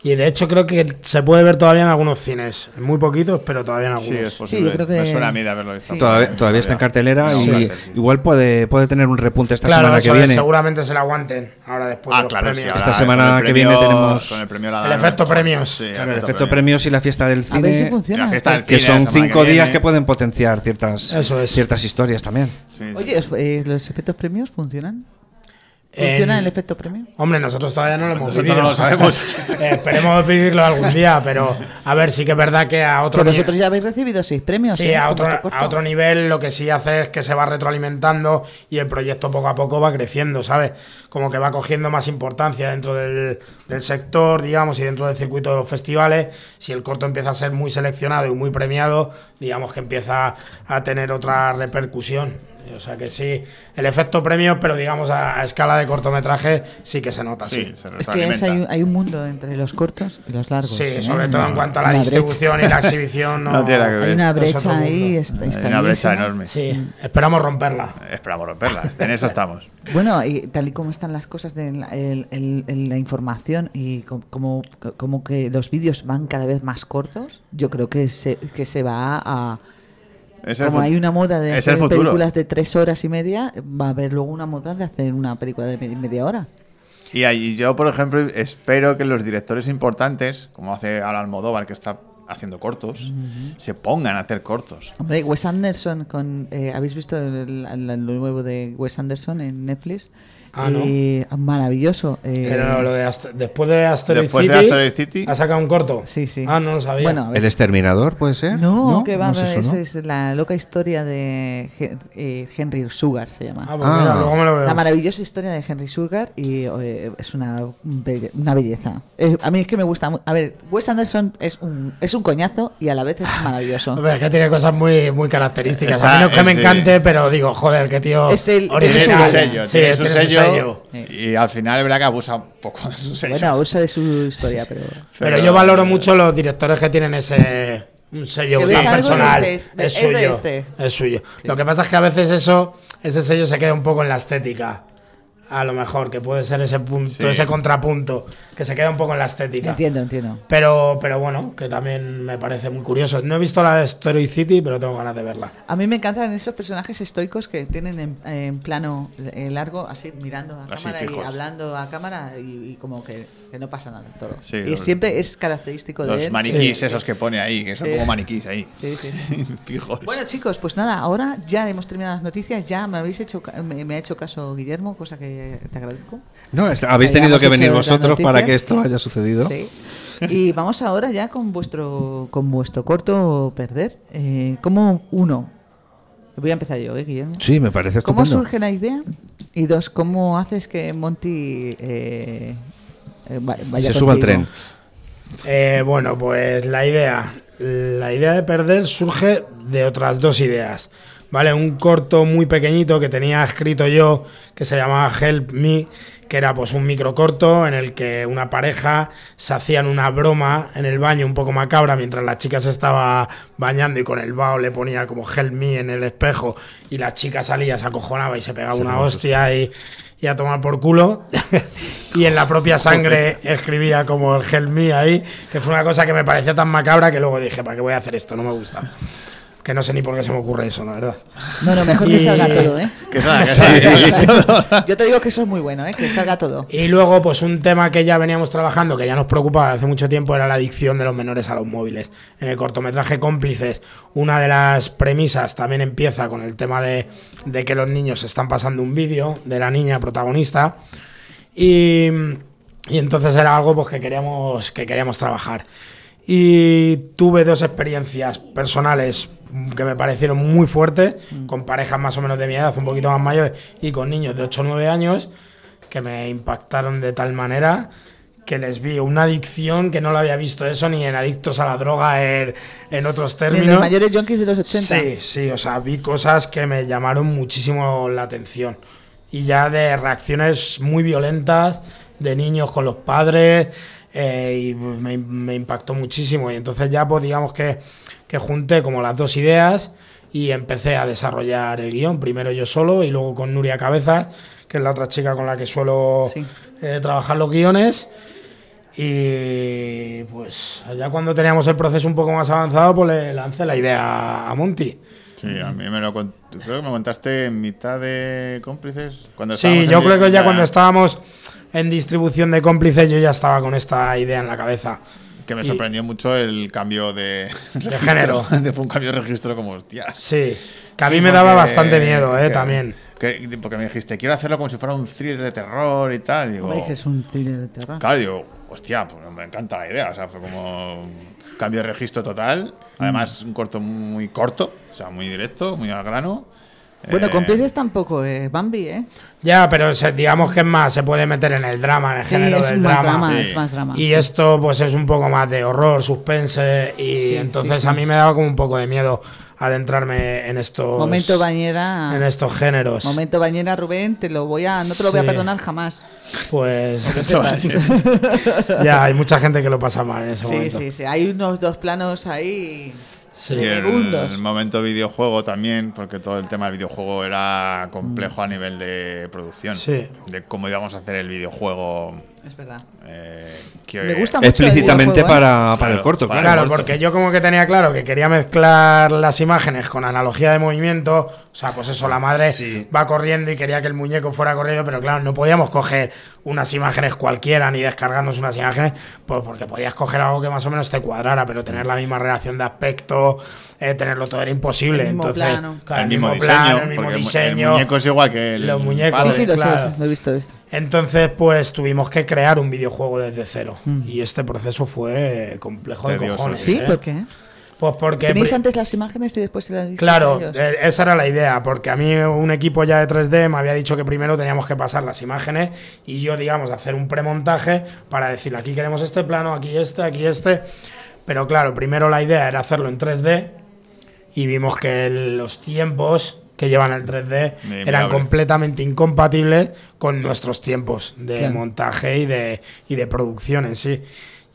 S5: Y de hecho, creo que se puede ver todavía en algunos cines. En muy poquitos, pero todavía en
S4: Sí,
S5: algunos.
S4: es posible.
S3: yo creo que-
S4: Me suena a mí de haberlo visto.
S3: Sí.
S2: Todavía, todavía está en cartelera
S4: No,
S2: y
S4: cartel, sí.
S2: igual puede, puede tener un repunte esta
S5: claro,
S2: semana
S5: eso
S2: que
S5: es,
S2: viene.
S5: seguramente se la aguanten ahora después
S4: Ah,
S5: de los
S4: claro, sí,
S5: premios.
S4: ahora
S2: Esta
S4: con
S2: semana
S4: el
S2: que
S4: premio-
S2: viene tenemos
S4: con el premio la
S5: el
S4: dan-
S5: efecto premios.
S4: Sí,
S2: Claro, el efecto premios y la fiesta del
S3: A ver si
S2: cine,
S4: Mira,
S3: funciona.
S4: que está el
S2: que
S4: cine la
S2: son
S4: semana
S2: cinco días
S4: viene.
S2: que pueden potenciar ciertas,
S5: Eso es.
S2: ciertas historias también.
S4: Sí, sí.
S3: Oye, ¿os- eh, ¿los efectos premios funcionan?
S5: En-
S3: ¿Funciona el efecto premio?
S5: Hombre, nosotros todavía no lo hemos
S4: Nosotros
S5: vivido.
S4: no lo sabemos.
S5: Eh, esperemos vivirlo algún día, pero a ver, sí que es verdad que a otro
S3: Pero
S5: nivel-
S3: vosotros ya habéis recibido seis premios.
S5: Sí,
S3: ¿eh?
S5: a
S3: Como
S5: otro,
S3: este corto.
S5: a otro nivel lo que sí hace es que se va retroalimentando y el proyecto poco a poco va creciendo, ¿sabes? Como que va cogiendo más importancia dentro del, del sector, digamos, y dentro del circuito de los festivales. Si el corto empieza a ser muy seleccionado y muy premiado, digamos que empieza a tener otra repercusión. O sea que sí, el efecto premio, pero digamos a, a escala de cortometraje, sí que se nota,
S4: Ah, Sí,
S5: sí.
S4: se
S3: Es que es-
S4: retroalimenta.
S3: hay, hay un mundo entre los cortos y los largos.
S5: Sí,
S3: ¿eh?
S5: sobre todo en cuanto a la
S3: Una
S5: distribución y la exhibición. No,
S4: No tiene nada que
S3: Hay
S4: ver.
S3: una
S5: Es otro
S3: brecha
S5: mundo.
S3: ahí. est-
S4: Hay una
S3: extrañísima.
S4: brecha enorme.
S5: Sí, esperamos romperla.
S4: Esperamos romperlas. En eso estamos.
S3: Bueno, y tal y como están las cosas de la, el- el- el- la información y com- como, como que los vídeos van cada vez más cortos, yo creo que se, que se va a...
S4: Es el
S3: Como
S4: fut-
S3: hay una moda de
S4: es el
S3: hacer
S4: futuro.
S3: películas de tres horas y media, va a haber luego una moda de hacer una película de me- media hora.
S4: Y ahí yo, por ejemplo, espero que los directores importantes, como hace ahora Almodóvar, que está haciendo cortos, se pongan a hacer cortos.
S3: Hombre, Wes Anderson, con, eh, ¿habéis visto el- el- el- lo nuevo de Wes Anderson en Netflix?
S5: Ah, no.
S3: Eh, maravilloso. eh,
S5: Pero lo de Ast- después de Asteroid
S4: Después de
S5: City,
S4: Asteroid City.
S5: ha sacado un corto.
S3: Sí, sí.
S5: Ah, no lo sabía.
S3: Bueno, a ver.
S2: ¿El exterminador puede ser?
S3: No, que va,
S2: ¿No es eso,
S3: esa
S2: ¿no?
S3: es la loca historia de Hen- eh, Henry Sugar, se llama.
S5: ah, pues
S2: Ah.
S5: mira, luego me lo veo.
S3: la maravillosa historia de Henry Sugar y eh, es una, be- una belleza. Eh, a mí es que me gusta mu- A ver, Wes Anderson es un, es un coñazo y a la vez es maravilloso.
S5: Hombre, es que tiene cosas muy, muy características.
S4: Está-
S5: a mí no es que me
S4: sí.
S5: encante, pero digo, joder, qué tío.
S3: Es el-
S4: Tiene su
S5: original.
S4: sello,
S5: Sí,
S4: tiene su sello,
S3: Sí.
S4: Y al final es verdad que abusa un poco de su sello.
S3: Bueno, usa de su historia, pero...
S5: Pero yo valoro mucho los directores que tienen ese un sello
S3: Que
S5: tan
S3: ves algo y
S5: personal.
S3: dices,
S5: es
S3: "Es de
S5: suyo.
S3: este".
S5: Es suyo. Lo que pasa es que a veces eso, ese sello se queda un poco en la estética. A lo mejor, que puede ser ese punto,
S4: Sí.
S5: ese contrapunto, que se queda un poco en la estética.
S3: Entiendo, entiendo.
S5: Pero, pero bueno, que también me parece muy curioso. No he visto la de Story City, pero tengo ganas de verla.
S3: A mí me encantan esos personajes estoicos que tienen en, en plano eh, largo, así mirando a
S4: Así,
S3: cámara y
S4: fijos.
S3: hablando a cámara y, y como que, que no pasa nada todo.
S4: Sí,
S3: y
S4: los-
S3: siempre es característico de
S4: Los
S3: él.
S4: maniquís esos que pone ahí, que son
S3: Sí.
S4: como maniquís ahí.
S3: Sí, sí, sí.
S4: Fijos.
S3: Bueno chicos, pues nada, ahora ya hemos terminado las noticias, ya me habéis hecho, ca- me, me ha hecho caso Guillermo, cosa que te agradezco.
S2: No, es- habéis
S3: Hayamos
S2: tenido que
S3: hecho
S2: venir
S3: las
S2: vosotros para
S3: noticias.
S2: que esto haya sucedido.
S3: Sí. Y vamos ahora ya con vuestro, con vuestro corto perder. Eh, ¿Cómo uno? Voy a empezar yo, ¿eh, Guillermo?
S2: Sí, me parece
S3: ¿Cómo
S2: estupendo.
S3: surge la idea? Y dos, ¿cómo haces que Monty eh, eh, va- vaya
S2: Se suba al
S3: contigo?
S2: tren.
S5: Eh, bueno, pues la idea. La idea de perder surge de otras dos ideas. ¿Vale? Un corto muy pequeñito que tenía escrito yo que se llamaba Help Me, que era pues un micro corto en el que una pareja se hacían una broma en el baño un poco macabra mientras la chica se estaba bañando y con el vaho le ponía como help me en el espejo y la chica salía, se acojonaba y se pegaba
S2: Sí,
S5: una
S2: hermoso,
S5: hostia y, y a tomar por culo. y en la propia sangre escribía como el help me ahí, que fue una cosa que me parecía tan macabra que luego dije, ¿para qué voy a hacer esto? No me gusta. Que no sé ni por qué se me ocurre eso, la verdad.
S3: No, no, mejor que
S5: Y-
S3: salga todo, ¿eh?
S4: Que salga, que salga, que salga.
S3: Yo te digo que eso es muy bueno, ¿eh? Que salga todo.
S5: Y luego, pues un tema que ya veníamos trabajando, que ya nos preocupaba hace mucho tiempo, era la adicción de los menores a los móviles. En el cortometraje Cómplices, una de las premisas también empieza con el tema de, de que los niños se están pasando un vídeo de la niña protagonista. Y, y entonces era algo pues, que, queríamos, que queríamos trabajar. Y tuve dos experiencias personales que me parecieron muy fuertes, con parejas más o menos de mi edad, un poquito más mayores, y con niños de 8 o 9 años, que me impactaron de tal manera que les vi una adicción que no lo había visto eso ni en adictos a la droga en, en otros
S3: De
S5: términos.
S3: los mayores junkies de los 80.
S5: Sí, sí, o sea, vi cosas que me llamaron muchísimo la atención. Y ya de reacciones muy violentas de niños con los padres, eh, y me, me impactó muchísimo. Y entonces ya, pues digamos que, que junté como las dos ideas y empecé a desarrollar el guión. Primero yo solo y luego con Nuria Cabezas, que es la otra chica con la que suelo
S3: Sí.
S5: eh, trabajar los guiones. Y pues ya cuando teníamos el proceso un poco más avanzado, pues le lancé la idea a Monty.
S4: Sí, a mí me lo cont- creo que me contaste en mitad de cómplices. Cuando
S5: Sí,
S4: estábamos
S5: yo
S4: en-
S5: creo que ya cuando estábamos en distribución de cómplices, yo ya estaba con esta idea en la cabeza.
S4: Que me
S5: y-
S4: sorprendió mucho el cambio de, registro,
S5: género.
S4: de- Fue un cambio de registro como hostias.
S5: Sí, que a mí
S4: Sí,
S5: me daba
S4: porque-
S5: bastante miedo, eh,
S4: que-
S5: también.
S4: que- porque me dijiste, quiero hacerlo como si fuera un thriller de terror y tal. Y digo,
S6: Hombre, "Ah". que es un thriller de terror.
S4: Claro, digo, hostia, pues me encanta la idea. O sea, fue como un cambio de registro total. Además,
S6: Mm.
S4: un corto muy corto, o sea, muy directo, muy al grano.
S6: Bueno,
S4: Eh,
S6: cómplices tampoco, eh, Bambi, ¿eh?
S5: Ya, pero se- digamos que es más, se puede meter en el drama, en el
S3: Sí,
S5: género
S3: es
S5: del
S3: más
S5: drama.
S3: drama,
S4: Sí.
S3: es más drama.
S5: Y esto pues es un poco más de horror, suspense, y
S6: Sí,
S5: entonces
S6: sí, sí.
S5: a mí me daba como un poco de miedo adentrarme en estos,
S3: Momento
S5: Pues, en
S3: bañera.
S5: estos géneros.
S3: Momento bañera, Rubén, te lo voy a. No te lo voy a
S5: Sí.
S3: perdonar jamás.
S5: Pues
S4: esto va a ser-
S5: ya, hay mucha gente que lo pasa mal en ese
S6: Sí,
S5: momento.
S6: sí, sí. Hay unos dos planos ahí.
S5: Sí.
S4: Y el,
S6: Segundos.
S4: el momento videojuego también, porque todo el tema del videojuego era complejo a nivel de producción.
S5: Sí.
S4: De cómo íbamos a hacer el videojuego.
S6: Es verdad.
S4: eh, que-
S6: Me gusta mucho el
S2: Explícitamente
S6: videojuego, ¿eh?
S2: para, para el
S4: Claro,
S2: corto,
S4: para
S2: claro.
S5: Claro,
S4: Corto.
S5: porque yo como que tenía claro que quería mezclar las imágenes con analogía de movimiento, o sea, pues eso, la madre
S2: Sí.
S5: va corriendo y quería que el muñeco fuera corriendo, pero claro, no podíamos coger unas imágenes cualquiera ni descargarnos unas imágenes, pues porque podías coger algo que más o menos te cuadrara, pero tener la misma relación de aspecto, eh, tenerlo todo era imposible,
S6: El mismo
S5: entonces,
S6: plano.
S5: claro,
S4: el mismo, diseño,
S5: plano, el mismo
S4: porque el mu-
S5: diseño.
S4: el muñeco es igual que el
S5: los muñecos.
S4: padre.
S5: Vale,
S6: sí, sí, lo sé, lo
S5: claro.
S6: sé, lo he visto, lo he visto.
S5: Entonces, pues tuvimos que crear un videojuego desde cero. Y este proceso fue complejo de
S4: Tedioso,
S5: cojones.
S4: Sí,
S6: Mm. Sí,
S5: ¿eh?
S6: ¿por qué?
S5: Pues porque.
S6: Tenéis antes las imágenes y después se las disteis
S5: Claro,
S6: a ellos?
S5: eh, esa era la idea, porque a mí un equipo ya de 3D me había dicho que primero teníamos que pasar las imágenes y yo, digamos, hacer un premontaje para decir aquí queremos este plano, aquí este, aquí este. Pero claro, primero la idea era hacerlo en 3D y vimos que el- los tiempos que llevan el 3D
S4: Inviable.
S5: eran completamente incompatibles con nuestros tiempos de
S3: Claro.
S5: montaje y de, y de producción en sí.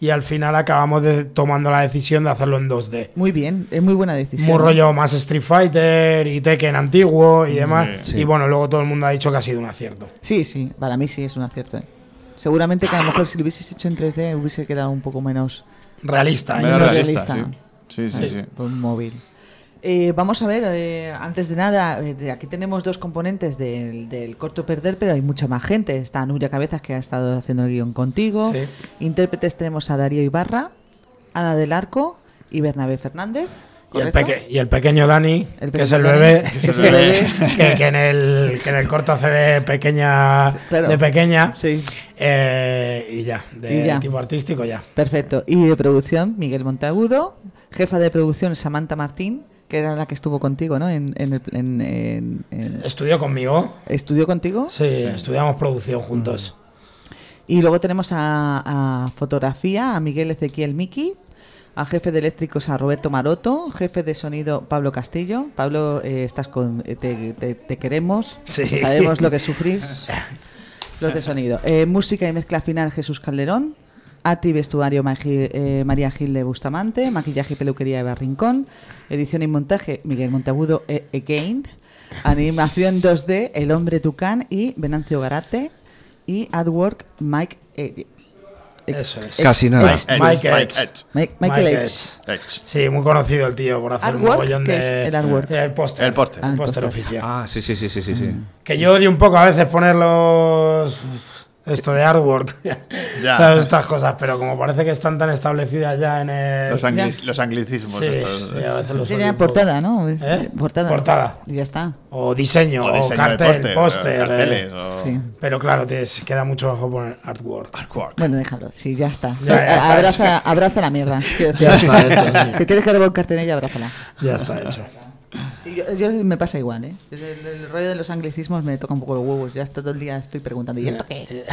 S5: Y al final acabamos de- tomando la decisión de hacerlo en 2D
S6: Muy bien, es muy buena decisión. ¿eh?
S5: muy rollo más Street Fighter y Tekken antiguo y demás.
S2: Sí.
S5: Y bueno, luego todo el mundo ha dicho que ha sido un acierto.
S6: Sí, sí, para mí sí es un acierto. ¿eh? Seguramente que a lo mejor si lo hubieses hecho en 3D hubiese quedado un poco menos
S5: Realista.
S4: Era
S5: ¿eh?
S6: Menos
S4: realista,
S6: realista.
S4: Sí, sí, sí. sí.
S6: por un Pues móvil. Eh, vamos a ver, eh, antes de nada, eh, de- aquí tenemos dos componentes del, del corto perder, pero hay mucha más gente. Está Nuria Cabezas, que ha estado haciendo el guión contigo.
S5: Sí.
S6: Intérpretes tenemos a Darío Ibarra, Ana del Arco y Bernabé Fernández.
S5: Y el,
S6: ¿correcto?
S5: peque- y el pequeño Dani,
S6: El
S5: que es el
S6: pequeño
S5: bebé,
S6: Dani,
S4: que es el bebé.
S5: que, que en el, que en el corto hace de pequeña,
S6: Claro.
S5: de pequeña
S6: Sí,
S5: Eh, y ya,
S6: Y
S5: de
S6: ya.
S5: equipo artístico ya.
S6: perfecto. Y de producción, Miguel Monteagudo. Jefa de producción, Samantha Martín, que era la que estuvo contigo, ¿no? En, en el- en- en- en-
S5: Estudió conmigo,
S6: ¿Estudió contigo?
S5: sí, estudiamos producción juntos.
S6: Mm. Y luego tenemos a, a fotografía, a Miguel Ezequiel Miki, a jefe de eléctricos a Roberto Maroto, jefe de sonido Pablo Castillo. Pablo, eh, estás con, eh, te, te- te queremos,
S5: Sí.
S6: sabemos lo que sufrís. Los de sonido. Eh, música y mezcla final Jesús Calderón. Arte y vestuario Magi- eh, María Gil de Bustamante. Maquillaje y peluquería Eva Rincón. Edición y montaje Miguel Montagudo eh, Again. Animación 2D El Hombre Tucán y Venancio Garate. Y Adwork Mike eh, Edge.
S5: Eso es.
S2: Casi nada.
S5: Mike Edge.
S4: Mike
S5: Mike
S4: Edge.
S5: Edge.
S6: Mike- Michael
S5: Mike
S6: Edge.
S4: Edge. Edge.
S5: Sí, muy conocido el tío por hacer un
S6: Artwork,
S5: mogollón
S6: ¿qué
S5: de.
S6: es el artwork?
S5: El póster.
S4: El póster.
S5: El
S6: Ah, el
S5: póster
S6: póster.
S5: oficial.
S2: Ah, sí, sí, sí, sí, sí. sí.
S4: Mm.
S5: Que yo odio un poco a veces poner los. Esto de artwork.
S4: Ya.
S5: ¿Sabes? Estas cosas, pero como parece que están tan establecidas ya en el.
S4: Los, angli- los anglicismos.
S5: Eh, Sí,
S4: estos. eh.
S5: sí, a veces los odio
S3: Sería
S5: un poco.
S3: portada, ¿no?
S5: ¿Eh?
S3: Portada.
S5: Portada.
S3: Y ya está.
S5: O diseño, o,
S4: o diseño
S5: cartel,
S4: de póster,
S5: póster.
S4: o carteles.
S5: eh.
S4: o-
S3: Sí.
S5: Pero claro, te queda mucho ojo poner artwork.
S4: Artwork.
S3: Bueno, déjalo, sí, ya está.
S5: Ya, ya está
S3: abraza, abraza la mierda. quiero decir. Si tienes que revolcarte en ella, abrázala.
S5: Ya está hecho.
S3: Sí, yo, yo me pasa igual, ¿eh? El, el rollo de los anglicismos me toca un poco los huevos. Ya todo el día estoy preguntando, ¿y esto
S5: Eh,
S3: qué?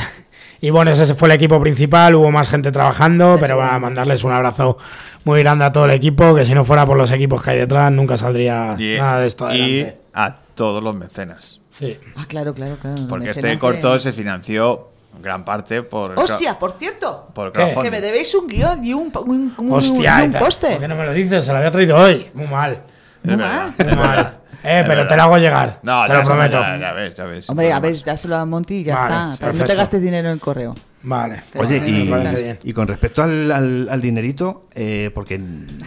S5: Y bueno, ese fue el equipo principal, hubo más gente trabajando,
S3: Sí,
S5: pero
S3: sí.
S5: bueno, a mandarles un abrazo muy grande a todo el equipo, que si no fuera por los equipos que hay detrás, nunca saldría
S4: Y,
S5: nada de esto
S4: y
S5: adelante.
S4: a todos los mecenas.
S5: Sí.
S3: Ah, claro, claro, claro.
S4: Porque
S3: me
S4: este
S3: tenían que-
S4: corto se financió en gran parte por. el crowd-
S3: ¡Hostia, por cierto!
S4: Por
S5: ¿Qué?
S4: crowdfunding.
S3: Que me debéis un guión y un, po- un, un-
S5: Hostia,
S3: y un
S5: Ida, ¿por qué
S3: póster.
S5: no me lo dices? Se lo había traído hoy. Muy mal.
S4: Es verdad,
S3: más?
S4: es
S5: Muy mal.
S4: verdad,
S5: Eh,
S4: es
S5: pero te
S4: verdad.
S5: lo hago llegar.
S4: No,
S5: te lo
S4: ya-
S5: prometo.
S4: Ya, ya ves, ya ves.
S3: Hombre, a
S4: Problemas.
S3: ver, dáselo a Monty y ya
S5: Vale,
S3: está. Para que no te
S5: perfecto.
S3: gastes dinero en el correo.
S5: Vale.
S2: Oye,
S5: Me parece
S2: y,
S5: bien.
S2: y con respecto al, al- al dinerito, eh, porque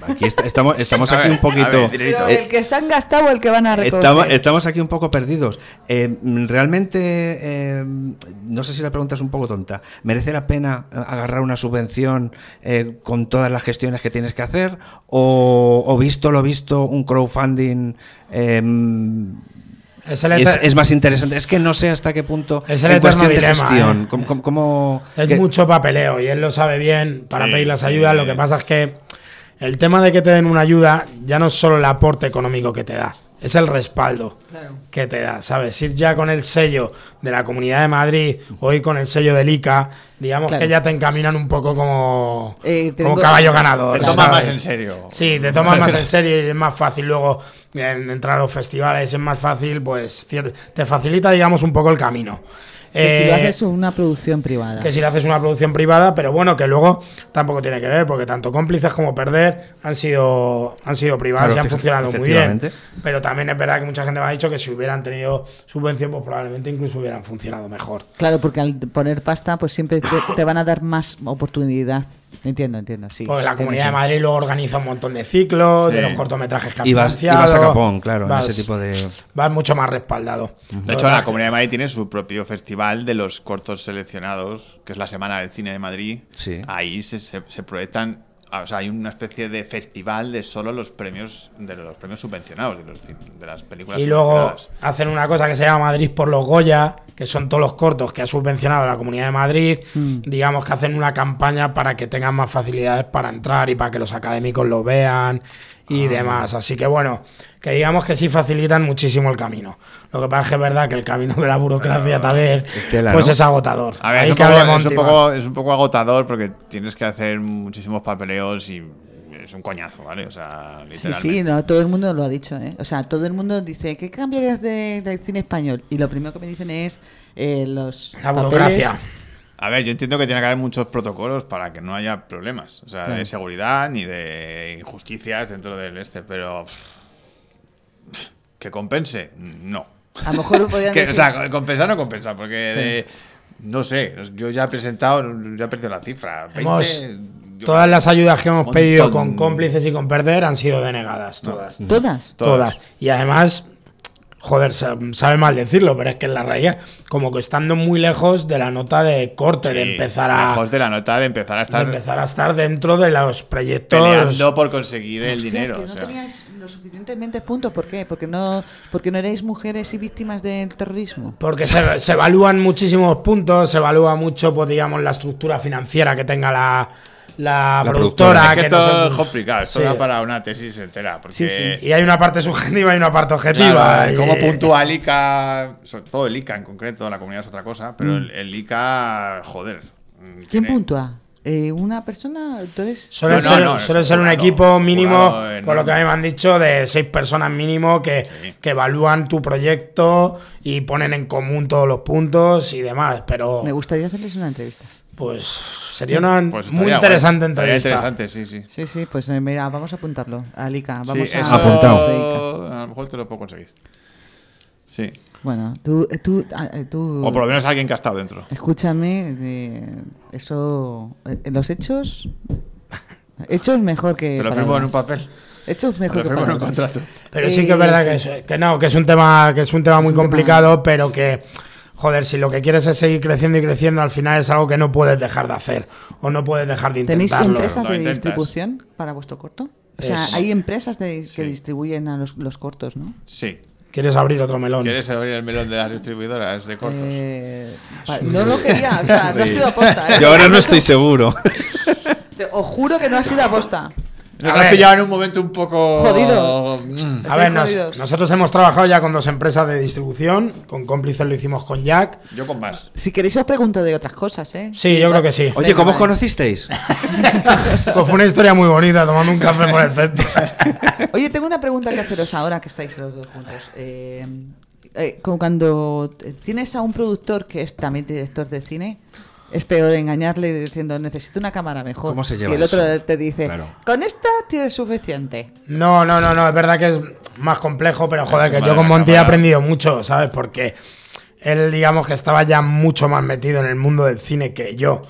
S2: aquí est- estamos, estamos
S4: A
S2: aquí un
S4: ver,
S2: poquito...
S4: a ver, dinerito.
S3: Pero
S4: Eh,
S3: el que se han gastado o el que van a recoger.
S2: Estamos, estamos aquí un poco perdidos. Eh, mm, realmente, eh, no sé si la pregunta es un poco tonta. ¿Merece la pena eh, agarrar una subvención eh, con todas las gestiones que tienes que hacer? ¿O, o visto lo visto, un crowdfunding eh,
S5: Es el
S2: es,
S5: eter-
S2: es más interesante? Es que no sé hasta qué punto
S5: Es el
S2: en cuestión de
S5: eterno dilema,
S2: gestión.
S5: ¿eh?
S2: ¿Cómo- cómo- cómo-
S5: Es
S2: qué-
S5: mucho papeleo y él lo sabe bien para
S4: Sí,
S5: pedir las
S4: sí.
S5: ayudas. Lo que pasa es que el tema de que te den una ayuda ya no es solo el aporte económico que te da, es el respaldo que te da, ¿sabes? Ir ya con el sello de la Comunidad de Madrid o ir con el sello del ICA, digamos
S3: Claro.
S5: que ya te encaminan un poco como,
S3: Eh,
S5: como
S3: tengo-
S5: caballo ganador.
S4: Te tomas más
S5: ¿sabes?
S4: en serio.
S5: Sí, te tomas más en serio y es más fácil luego en- entrar a los festivales, es más fácil, pues cier- te facilita, digamos, un poco el camino.
S3: Que si
S5: Eh,
S3: lo haces una producción privada.
S5: que si le haces una producción privada, pero bueno, que luego tampoco tiene que ver, porque tanto cómplices como perder han sido, han sido privadas
S2: Claro,
S5: y han
S2: fija-
S5: funcionado muy bien.
S2: efectivamente.
S5: Pero también es verdad que mucha gente me ha dicho que si hubieran tenido subvención, pues probablemente incluso hubieran funcionado mejor.
S3: Claro, porque al poner pasta, pues siempre te, te van a dar más oportunidad. Entiendo, entiendo, sí.
S5: Porque la
S3: Tienes
S5: Comunidad de
S3: razón.
S5: Madrid luego organiza un montón de ciclos,
S4: Sí.
S5: de los cortometrajes que han
S2: y, vas, y vas a
S5: financiado.
S2: Capón, claro,
S5: Vas-
S2: en ese tipo de...
S5: vas mucho más respaldado.
S4: De hecho, la Comunidad de Madrid tiene su propio festival de los cortos seleccionados, que es la Semana del Cine de Madrid.
S2: Sí.
S4: Ahí se, se- se proyectan, ah, o sea, hay una especie de festival de solo los premios, de los premios subvencionados, de, los cin- de las películas
S5: Y luego
S4: subvencionadas.
S5: hacen una cosa que se llama Madrid por los Goya, que son todos los cortos que ha subvencionado la Comunidad de Madrid. Digamos que hacen una campaña para que tengan más facilidades para entrar y para que los académicos lo vean
S4: Ah.
S5: y demás. Así que bueno, que digamos que sí facilitan muchísimo el camino. Lo que pasa es que es verdad que el camino de la burocracia también
S2: tela,
S5: pues
S2: ¿no?
S5: es agotador.
S4: A ver,
S5: Ahí
S4: es un,
S5: que
S4: poco,
S5: hable
S4: es un
S5: Monty,
S4: poco- es un poco agotador porque tienes que hacer muchísimos papeleos y es un coñazo, ¿vale? O sea,
S3: Sí,
S4: literalmente.
S3: sí, no, todo el mundo lo ha dicho, ¿eh? O sea, todo el mundo dice, ¿qué cambiarías de- del cine español? Y lo primero que me dicen es eh, los
S5: La
S3: papeles.
S5: burocracia.
S4: A ver, yo entiendo que tiene que haber muchos protocolos para que no haya problemas, o sea, de seguridad ni de injusticias dentro del este, pero pff, que compense, no.
S3: A lo mejor podían
S4: Que, o
S3: decir-
S4: sea, compensar no compensa, porque de- no sé, yo ya he presentado, ya he perdido la cifra. 20,
S5: Hemos-
S4: yo-
S5: todas las ayudas que hemos
S4: Montón.
S5: pedido con cómplices y con perder han sido denegadas, todas.
S3: todas.
S5: Todas. Y además, joder, sa- sabe mal decirlo, pero es que en la realidad, como que estando muy lejos de la nota de corte, de
S4: Sí,
S5: empezar a
S4: Lejos de la nota de empezar a
S5: de
S4: estar
S5: empezar a estar dentro de los proyectos.
S4: peleando por conseguir el
S3: Hostias,
S4: dinero.
S3: que no
S4: o sea.
S3: teníais lo suficientemente puntos. ¿Por qué? Porque no, porque no erais mujeres y víctimas del terrorismo.
S5: Porque se, se evalúan muchísimos puntos, se evalúa mucho, pues digamos, la estructura financiera que tenga la, la
S2: La productora.
S5: productora.
S4: Es que
S5: no
S4: esto
S5: son-
S4: es complicado, esto
S5: Sí.
S4: da para una tesis entera. Porque
S5: Sí, sí. Y hay una parte subjetiva y una parte objetiva.
S4: Claro,
S5: y- eh,
S4: ¿Cómo puntúa el ICA? Sobre todo el ICA en concreto, la comunidad es otra cosa, pero el, el ICA, joder. mm,
S3: ¿Quién
S4: tiene-
S3: puntúa? eh, una persona, entonces...
S5: Suele
S4: No, no,
S5: ser,
S4: no,
S5: suele ser un
S4: jurado,
S5: equipo mínimo,
S4: jurado en-
S5: por lo que a mí me han dicho, de seis personas mínimo que, que evalúan tu proyecto y ponen en común todos los puntos y demás. Pero
S3: Me gustaría hacerles una entrevista.
S5: pues sería una
S4: Pues
S5: muy
S4: estaría
S5: interesante
S4: guay, estaría
S5: entrevista.
S4: interesante, sí, sí.
S3: Sí, sí, pues eh, mira, vamos a apuntarlo, Alica. Vamos
S4: Sí,
S3: a
S4: eso
S2: Apuntado.
S4: A lo mejor te lo puedo conseguir. Sí.
S3: Bueno, tú, eh, tú, ah, eh, tú
S4: O por lo menos alguien que ha estado dentro.
S3: escúchame, eh, eso, eh, los hechos, hechos mejor que...
S4: Te lo
S3: palabras.
S4: firmo en un papel.
S3: Hechos
S4: Te lo
S3: mejor que...
S4: firmo en un
S3: palabras.
S4: contrato.
S5: Pero sí que es verdad que, es- que no, que es un tema, que es un tema muy
S3: un tema-
S5: complicado, pero que joder, si lo que quieres es seguir creciendo y creciendo, al final es algo que no puedes dejar de hacer o no puedes dejar de
S3: ¿Tenéis
S5: intentarlo.
S3: empresas
S4: Lo
S3: de
S4: intentas.
S3: distribución para vuestro corto? O sea,
S5: Es-
S3: hay empresas de- que
S4: Sí.
S3: distribuyen a los, los cortos, ¿no?
S4: Sí.
S5: Quieres abrir otro melón.
S4: ¿Quieres abrir el melón de las distribuidoras de cortos?
S3: Eh, pa- no lo quería, o sea, no ha sido aposta. ¿eh?
S7: Yo ahora no estoy seguro.
S3: Te- Os juro que no ha sido aposta.
S4: Nos
S5: a
S4: has
S5: ver.
S4: pillado en un momento un poco.
S3: Jodido.
S4: Mm.
S5: A ver, nos-
S3: jodidos.
S5: nosotros hemos trabajado ya con dos empresas de distribución, con cómplices lo hicimos con Jack.
S4: Yo con más.
S3: Si queréis os pregunto de otras cosas, ¿eh?
S5: Sí, yo creo que sí.
S2: Oye, ¿cómo os
S3: vale.
S2: conocisteis?
S5: Pues fue una historia muy bonita, tomando un café por el centro.
S3: Oye, tengo una pregunta que haceros ahora que estáis los dos juntos. Eh, eh, como cuando tienes a un productor que es también director de cine, es peor engañarle diciendo necesito una cámara mejor.
S2: ¿Cómo se lleva
S3: y el otro
S2: eso?
S3: te dice,
S2: Claro.
S3: con esta tienes suficiente.
S5: No, no, no, no, es verdad que es más complejo, pero joder, que
S4: Vale,
S5: yo con
S4: la
S5: Monty he
S4: cámara.
S5: aprendido mucho, ¿sabes? Porque él, digamos que estaba ya mucho más metido en el mundo del cine que yo.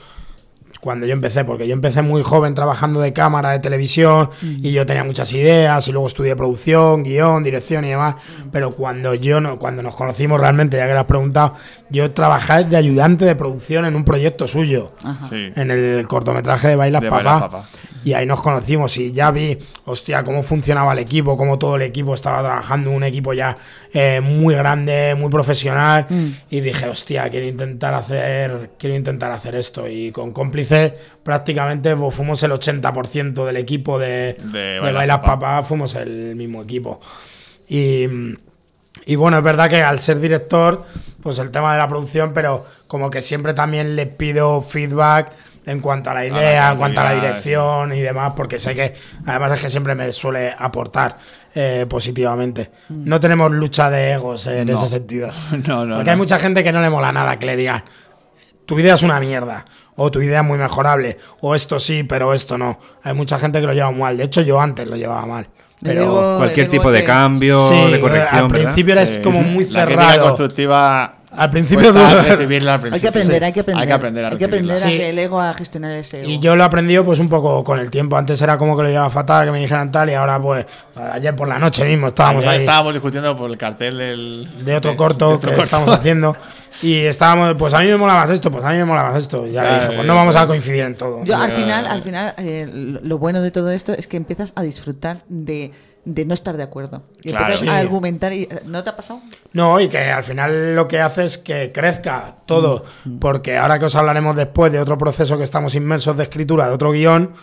S5: Cuando yo empecé, porque yo empecé muy joven trabajando de cámara, de televisión,
S4: Mm.
S5: y yo tenía muchas ideas, y luego estudié producción, guión, dirección y demás.
S4: Mm.
S5: Pero cuando yo no, cuando nos conocimos realmente, ya que lo has preguntado, yo trabajaba de ayudante de producción en un proyecto suyo
S3: Ajá.
S4: Sí.
S5: en el cortometraje de Bailas
S4: De
S5: Papá.
S4: Bailas Papá.
S5: Y ahí nos conocimos y ya vi, hostia, cómo funcionaba el equipo, cómo todo el equipo estaba trabajando, un equipo ya eh, muy grande, muy profesional. Y dije, hostia, quiero intentar hacer, quiero intentar hacer esto. Y con cómplices prácticamente pues, fuimos el 80% del equipo de,
S4: De
S5: de
S4: Bailas
S5: Bailas
S4: Papá.
S5: Papá, fuimos el mismo equipo. Y, mm, y bueno, es verdad que al ser director, pues el tema de la producción, pero como que siempre también le pido feedback en cuanto a la idea, en cuanto a la
S4: creatividad,
S5: dirección y demás, porque sé que además es que siempre me suele aportar eh, positivamente. No tenemos lucha de egos en
S4: No.
S5: ese sentido.
S4: No, no,
S5: Porque
S4: no.
S5: hay mucha gente que no le mola nada que le digan, tu idea es una mierda, o tu idea es muy mejorable, o esto sí, pero esto no. Hay mucha gente que lo lleva mal. De hecho, yo antes lo llevaba mal.
S3: Le
S5: Pero
S3: digo-
S2: Cualquier
S3: le digo
S2: tipo de
S3: que-
S2: cambio,
S5: Sí, eh,
S2: de
S5: Al
S2: corrección, ¿verdad?
S5: principio eres
S4: Eh,
S5: como muy
S4: La crítica
S5: cerrado.
S4: constructiva.
S5: Al principio
S4: cuesta
S5: dura.
S4: recibirla al
S3: Hay que
S4: principio.
S3: aprender,
S4: Sí.
S3: hay que aprender.
S4: Hay que aprender a
S3: Hay que aprender
S4: recibirla.
S3: a
S5: Sí.
S3: que el ego a gestionar ese ego.
S5: Y yo lo he aprendido pues un poco con el tiempo. Antes era como que lo llevaba fatal, que me dijeran tal, y ahora pues ayer por la noche mismo estábamos
S4: Ayer
S5: ahí
S4: Estábamos discutiendo por el cartel del-
S5: de otro
S4: de-
S5: corto
S4: de otro
S5: que
S4: corto.
S5: estamos haciendo. Y estábamos, pues a mí me mola más esto, pues a mí me mola más esto. Y ya
S4: Ah,
S5: dijo, pues
S4: eh,
S5: no vamos a coincidir en todo.
S3: Yo al final, al final eh, lo lo bueno de todo esto es que empiezas a disfrutar de, de no estar de acuerdo. Y
S4: Claro.
S3: empiezas
S5: Sí.
S3: a argumentar. Y, eh, ¿No te ha pasado?
S5: No, y que al final lo que hace es que crezca todo, porque ahora que os hablaremos después de otro proceso que estamos inmersos de escritura, de otro guión,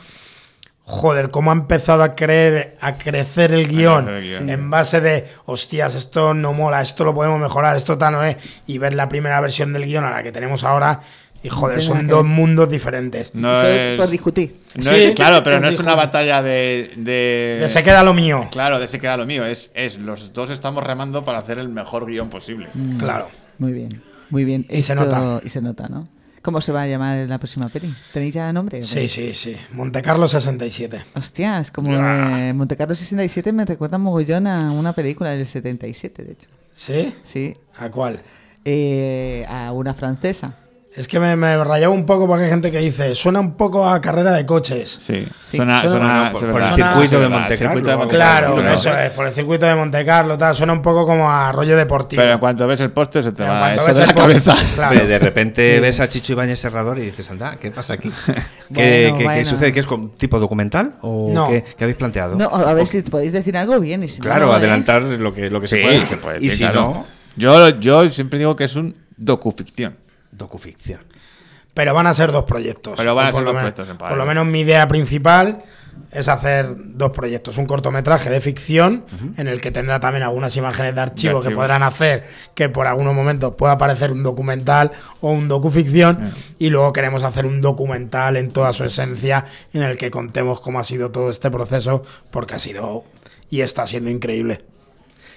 S5: joder, cómo ha empezado a creer, a crecer el guión,
S4: crecer el guión.
S5: en base de, hostias, esto no mola, esto lo podemos mejorar, esto tal no es, y ver la primera versión del guión a la que tenemos ahora, y joder,
S3: tiene nada
S5: son
S3: que
S5: dos
S3: ver.
S5: mundos diferentes.
S4: No
S3: Eso
S4: es,
S3: Por discutir.
S4: no
S5: Sí.
S4: es- claro, pero no es
S5: Dijo.
S4: una batalla de. de-
S5: Que se queda lo mío,
S4: Claro, de se queda lo mío. Es, es los dos estamos remando para hacer el mejor guión posible.
S3: Mm.
S5: claro.
S3: Muy bien, muy bien.
S5: Y se nota.
S3: Y se nota, ¿no? ¿Cómo se va a llamar la próxima peli? ¿Tenéis ya nombre?
S5: Sí, sí, sí. Monte Carlo 67.
S3: Hostia, es como
S5: Ah.
S3: eh, Monte Carlo 67 me recuerda mogollón a una película del 77, de hecho.
S5: ¿Sí?
S3: Sí,
S5: ¿A cuál?
S3: eh, a una francesa.
S5: Es que me, me rayaba un poco porque hay gente que dice, suena un poco a carrera de coches.
S4: Sí.
S3: Sí.
S4: Suena,
S5: Suena-
S4: suena-
S5: por-
S4: es
S5: por el
S4: verdad.
S2: circuito de
S4: Es verdad,
S2: Monte
S4: el circuito
S2: Carlo.
S4: de Monte
S5: Claro,
S4: Carlo,
S5: eso es, por el circuito de Monte Carlo, tal, suena un poco como a rollo deportivo.
S4: Pero en cuanto ves el póster se te
S5: Pero en
S4: va
S5: cuanto
S4: eso
S5: ves
S4: de
S5: el
S4: la
S5: post-
S4: cabeza.
S5: claro.
S2: Hombre, de repente ves a Chicho Ibáñez Serrador y dices, anda, ¿qué pasa aquí? ¿Qué,
S3: Bueno,
S2: qué- qué
S3: bueno.
S2: sucede? ¿Qué es con- tipo documental? ¿O
S5: No.
S2: qué, qué habéis planteado?
S3: No, a ver si podéis decir algo bien. y si no,
S2: claro,
S3: no, ¿eh?
S2: adelantar lo que, lo que se puede. y
S4: sí,
S2: si
S4: claro.
S2: no,
S4: Yo, yo siempre digo que es un docuficción.
S2: docuficción.
S5: Pero van a ser dos proyectos.
S4: Pero van a
S5: Por
S4: ser
S5: lo
S4: dos
S5: menos-
S4: proyectos en
S5: Por lo
S4: paralelo.
S5: menos mi idea principal es hacer dos proyectos. Un cortometraje de ficción, en el que tendrá también algunas imágenes de archivo, que
S4: archivo.
S5: podrán hacer que por algunos momentos pueda parecer un documental o un docuficción.
S4: Eh.
S5: Y luego queremos hacer un documental en toda su esencia, en el que contemos cómo ha sido todo este proceso, porque ha sido y está siendo increíble.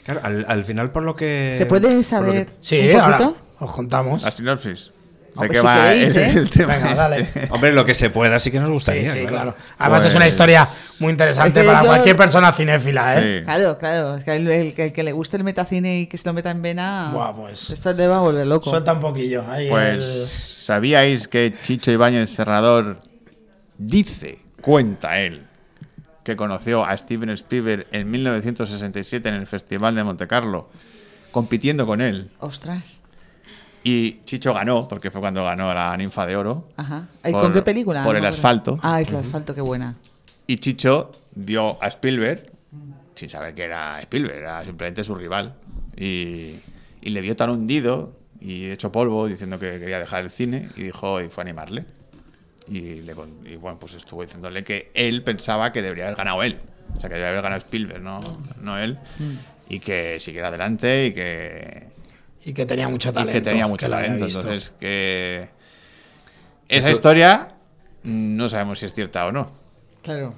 S2: Claro, al, al final por lo que...
S3: ¿Se
S2: por lo
S3: puede
S2: que-
S3: saber
S5: Sí,
S3: un
S5: ahora
S3: poquito?
S5: os contamos.
S4: La sinopsis. ¿De
S3: pues
S4: qué
S3: si
S4: va
S3: queréis,
S4: el,
S3: ¿eh?
S4: el tema?
S5: Venga, dale.
S4: este?
S2: Hombre, lo que se pueda sí que nos gustaría.
S5: Sí, sí, claro.
S2: claro.
S5: Además es una
S4: Pues-
S5: historia muy interesante
S3: Es que
S5: para
S3: yo-
S5: cualquier persona cinéfila, ¿eh?
S4: Sí.
S3: Claro, claro. Es que el, el que- el que le guste el metacine y que se lo meta en vena,
S5: Buah, pues.
S3: esto le va a volver loco.
S5: Suelta un poquillo. ahí
S4: Pues, ¿sabíais que Chicho Ibáñez Serrador dice, cuenta él, que conoció a Steven Spielberg en 1967 en el Festival de Montecarlo, compitiendo con él?
S3: Ostras.
S4: Y Chicho ganó, porque fue cuando ganó la Ninfa de Oro.
S3: Ajá. ¿Y
S4: Por-
S3: ¿Con qué película?
S4: por
S3: No
S4: el
S3: me acuerdo.
S4: asfalto.
S3: Ah, es el asfalto, qué buena.
S4: Y Chicho dio a Spielberg, sin saber que era Spielberg, era simplemente su rival. Y, y le vio tan hundido y hecho polvo diciendo que quería dejar el cine y dijo y fue a animarle. Y, le con- y, bueno, pues estuvo diciéndole que él pensaba que debería haber ganado él. O sea, que debería haber ganado Spielberg, no, no él.
S5: Mm.
S4: Y que siguiera adelante y que,
S5: el- y que tenía mucho
S4: y
S5: talento.
S4: que tenía mucho
S5: lo había
S4: talento.
S5: visto.
S4: Entonces, que esa historia mm, no sabemos si es cierta o no.
S3: Claro.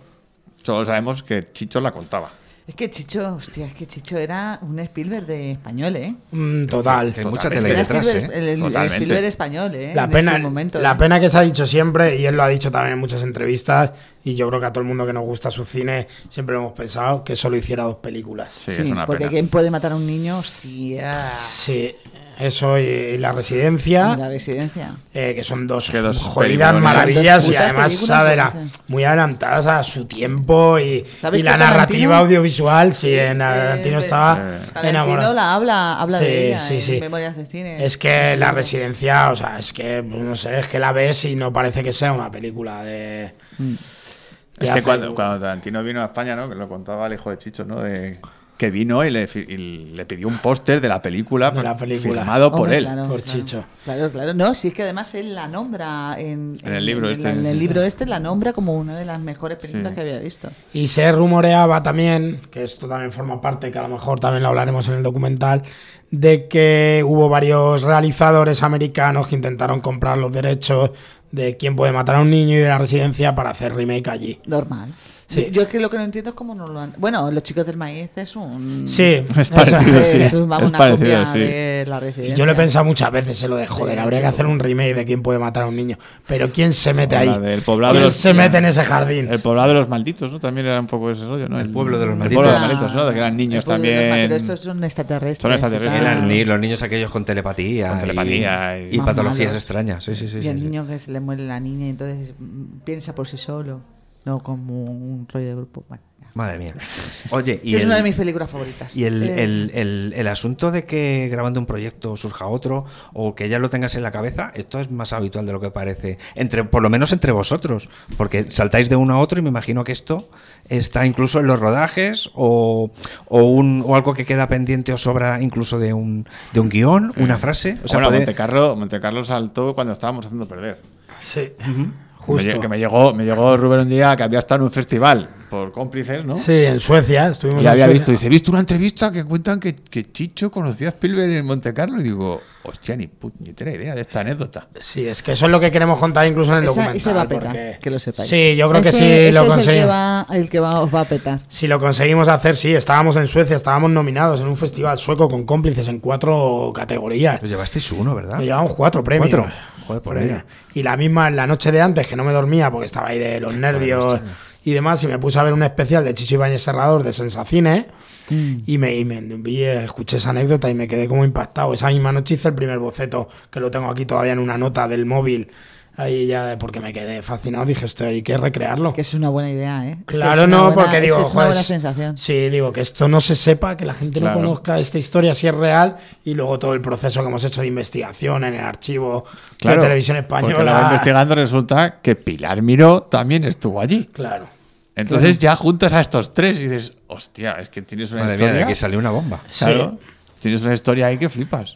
S4: Solo sabemos que Chicho la contaba.
S3: Es que Chicho, hostia, es que Chicho era un Spielberg de español, ¿eh?
S5: Mm, total.
S2: Que hay mucha
S3: Es
S2: tele
S3: que era
S2: detrás,
S3: Spielberg,
S2: ¿eh?
S3: el, el
S4: Totalmente.
S3: Spielberg español, ¿eh?
S5: La
S3: en
S5: pena,
S3: ese momento.
S5: la
S3: ¿eh?
S5: pena que se ha dicho siempre, y él lo ha dicho también en muchas entrevistas, y yo creo que a todo el mundo que nos gusta su cine siempre hemos pensado que solo hiciera dos películas.
S4: Sí,
S3: Sí,
S4: es una
S3: porque
S4: pena.
S3: ¿quién puede matar a un niño? Hostia.
S5: Sí, eso y, y La
S3: En
S5: Residencia,
S3: la residencia.
S5: eh, que son dos,
S4: Que dos
S5: jodidas
S4: peliculones.
S5: maravillas
S3: Son dos
S5: y
S3: putas
S5: además
S3: películas,
S5: adela-
S3: puede ser.
S5: muy adelantadas a su tiempo y,
S3: ¿Sabes
S5: y
S3: que
S5: la
S3: Tarantino-
S5: narrativa audiovisual, sí, en
S3: Eh,
S5: Tarantino estaba
S4: eh,
S3: Tarantino
S5: enamorado.
S3: la habla, habla
S5: Sí,
S3: de ella
S5: sí,
S3: en
S5: sí.
S3: Memorias de Cine.
S5: Es que la residencia, o sea, es que, pues, no sé, es que la ves y no parece que sea una película de...
S3: Mm.
S5: de
S4: Es que
S5: hace-
S4: cuando, cuando Tarantino vino a España, ¿no? Que lo contaba el hijo de Chicho, ¿no? De, que vino y le, fi- y le pidió un póster de la película,
S5: De la película.
S4: firmado por
S3: Hombre,
S4: él.
S3: claro,
S5: por
S3: claro.
S5: Chicho.
S3: Claro, claro. No, si es que además él la nombra en,
S4: En el libro
S3: en-
S4: este.
S3: en el libro este la nombra como una de las mejores películas
S4: Sí.
S3: que había visto.
S5: Y se rumoreaba también, que esto también forma parte, que a lo mejor también lo hablaremos en el documental, de que hubo varios realizadores americanos que intentaron comprar los derechos de quién puede matar a un niño y de la residencia para hacer remake allí.
S3: Normal.
S5: Sí.
S3: Yo, yo es que lo que no entiendo es cómo no lo han. Bueno, Los Chicos del Maíz es un.
S5: Sí,
S4: Es
S5: o sea,
S4: parecido, sí.
S3: es un- vamos,
S4: Es
S3: una
S4: parecido,
S3: copia
S4: sí.
S3: de la
S5: Y
S3: residencia.
S5: yo lo he pensado muchas veces, se lo de joder, habría que hacer un remake de quién puede matar a un niño. Pero ¿quién se mete
S4: O
S5: ahí?
S4: la del poblado de
S5: ¿Quién
S4: los-
S5: se mete en ese jardín?
S4: El poblado de los malditos, ¿no? También era un poco ese rollo, ¿no?
S2: El pueblo de los
S4: El pueblo de los
S2: malditos.
S4: malditos, ¿no? De que eran niños
S3: Pues, Pero
S4: también.
S3: estos son extraterrestres.
S4: Son extraterrestres.
S3: y tal.
S2: Eran ni- los niños aquellos con telepatía.
S4: Con
S2: y-
S4: telepatía y-
S2: Y,
S3: Más
S2: patologías
S3: malos.
S2: extrañas. Sí, sí, sí.
S3: Y
S2: sí,
S3: el
S2: sí.
S3: niño que se le muere la niña, entonces mm, piensa por sí solo, no como un rollo de grupo. Bueno, ya.
S2: Madre mía. Oye, y
S3: es
S2: el-
S3: una de mis películas favoritas.
S2: Y el,
S3: Eh,
S2: el- el- el asunto de que grabando un proyecto surja otro o que ya lo tengas en la cabeza, esto es más habitual de lo que parece, entre por lo menos entre vosotros, porque saltáis de uno a otro y me imagino que esto está incluso en los rodajes o, o, un, o algo que queda pendiente o sobra incluso de un, de un guión,
S5: Mm.
S2: una frase. O sea,
S4: bueno,
S2: poder-
S4: Montecarlo, Montecarlo saltó cuando estábamos haciendo perder.
S5: Sí,
S4: Me lle-
S5: justo.
S4: que me llegó, me llegó Rubén un día que había estado en un festival por cómplices, ¿no?
S5: Sí, en Suecia estuvimos
S4: Y
S5: en
S4: había
S5: Suecia.
S4: visto, dice, he visto una entrevista que cuentan que, que Chicho conoció a Spielberg en Monte Carlo. Y digo, hostia, ni put, ni tenía idea de esta anécdota.
S5: Sí, es que eso es lo que queremos contar incluso en el
S3: esa-
S5: documental.
S3: ese va a petar,
S5: porque-
S3: que lo sepáis.
S5: Sí, yo creo que
S3: Ese-
S5: sí lo
S3: ese es el que,
S5: conseguimos.
S3: va, el que va, os va a petar.
S5: Si lo conseguimos hacer, sí, estábamos en Suecia, estábamos nominados en un festival sueco con cómplices en cuatro categorías.
S2: Os llevasteis uno, ¿verdad?
S5: Me llevamos cuatro premios.
S2: Cuatro. Joder, por
S5: Premios.
S2: ahí.
S5: Y la misma, la noche de antes, que no me dormía porque estaba ahí de los nervios y demás, y me puse a ver un especial de Chicho Ibáñez Serrador de Sensacine.
S3: Mm.
S5: Y me, y me- y escuché esa anécdota y me quedé como impactado. Esa misma noche hice el primer boceto, que lo tengo aquí todavía en una nota del móvil. Ahí ya, de- porque me quedé fascinado, dije, esto hay que recrearlo.
S3: Que es una buena idea, ¿eh? Es que
S5: Claro,
S3: es una
S5: no,
S3: buena-
S5: porque digo,
S3: esa es una
S5: joder,
S3: buena
S5: es-
S3: sensación.
S5: Sí, digo, que esto no se sepa, que la gente
S4: Claro.
S5: no conozca esta historia si es real y luego todo el proceso que hemos hecho de investigación en el archivo de televisión
S4: Porque la va
S5: española.
S4: investigando resulta que Pilar Miró también estuvo allí.
S5: Claro.
S4: Entonces ya juntas a estos tres y dices, hostia, es que tienes una
S2: Madre mía,
S4: historia.
S2: de aquí salió una bomba.
S4: Claro, tienes una historia ahí que flipas.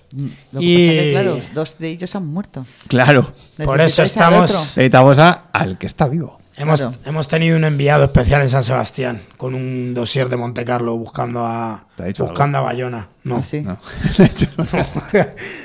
S3: Lo que
S5: Y-
S3: pasa es que, claro, dos de ellos han muerto.
S4: Claro.
S5: Por
S3: Necesitáis
S5: eso
S3: al
S5: estamos-
S3: otro.
S4: Necesitamos a, al que está vivo.
S5: Hemos,
S3: Claro.
S5: hemos tenido un enviado especial en San Sebastián con un dossier de Monte Carlo buscando a
S4: ¿Te ha dicho
S5: buscando a Bayona. No.
S3: Ah, sí.
S4: No. De hecho, no.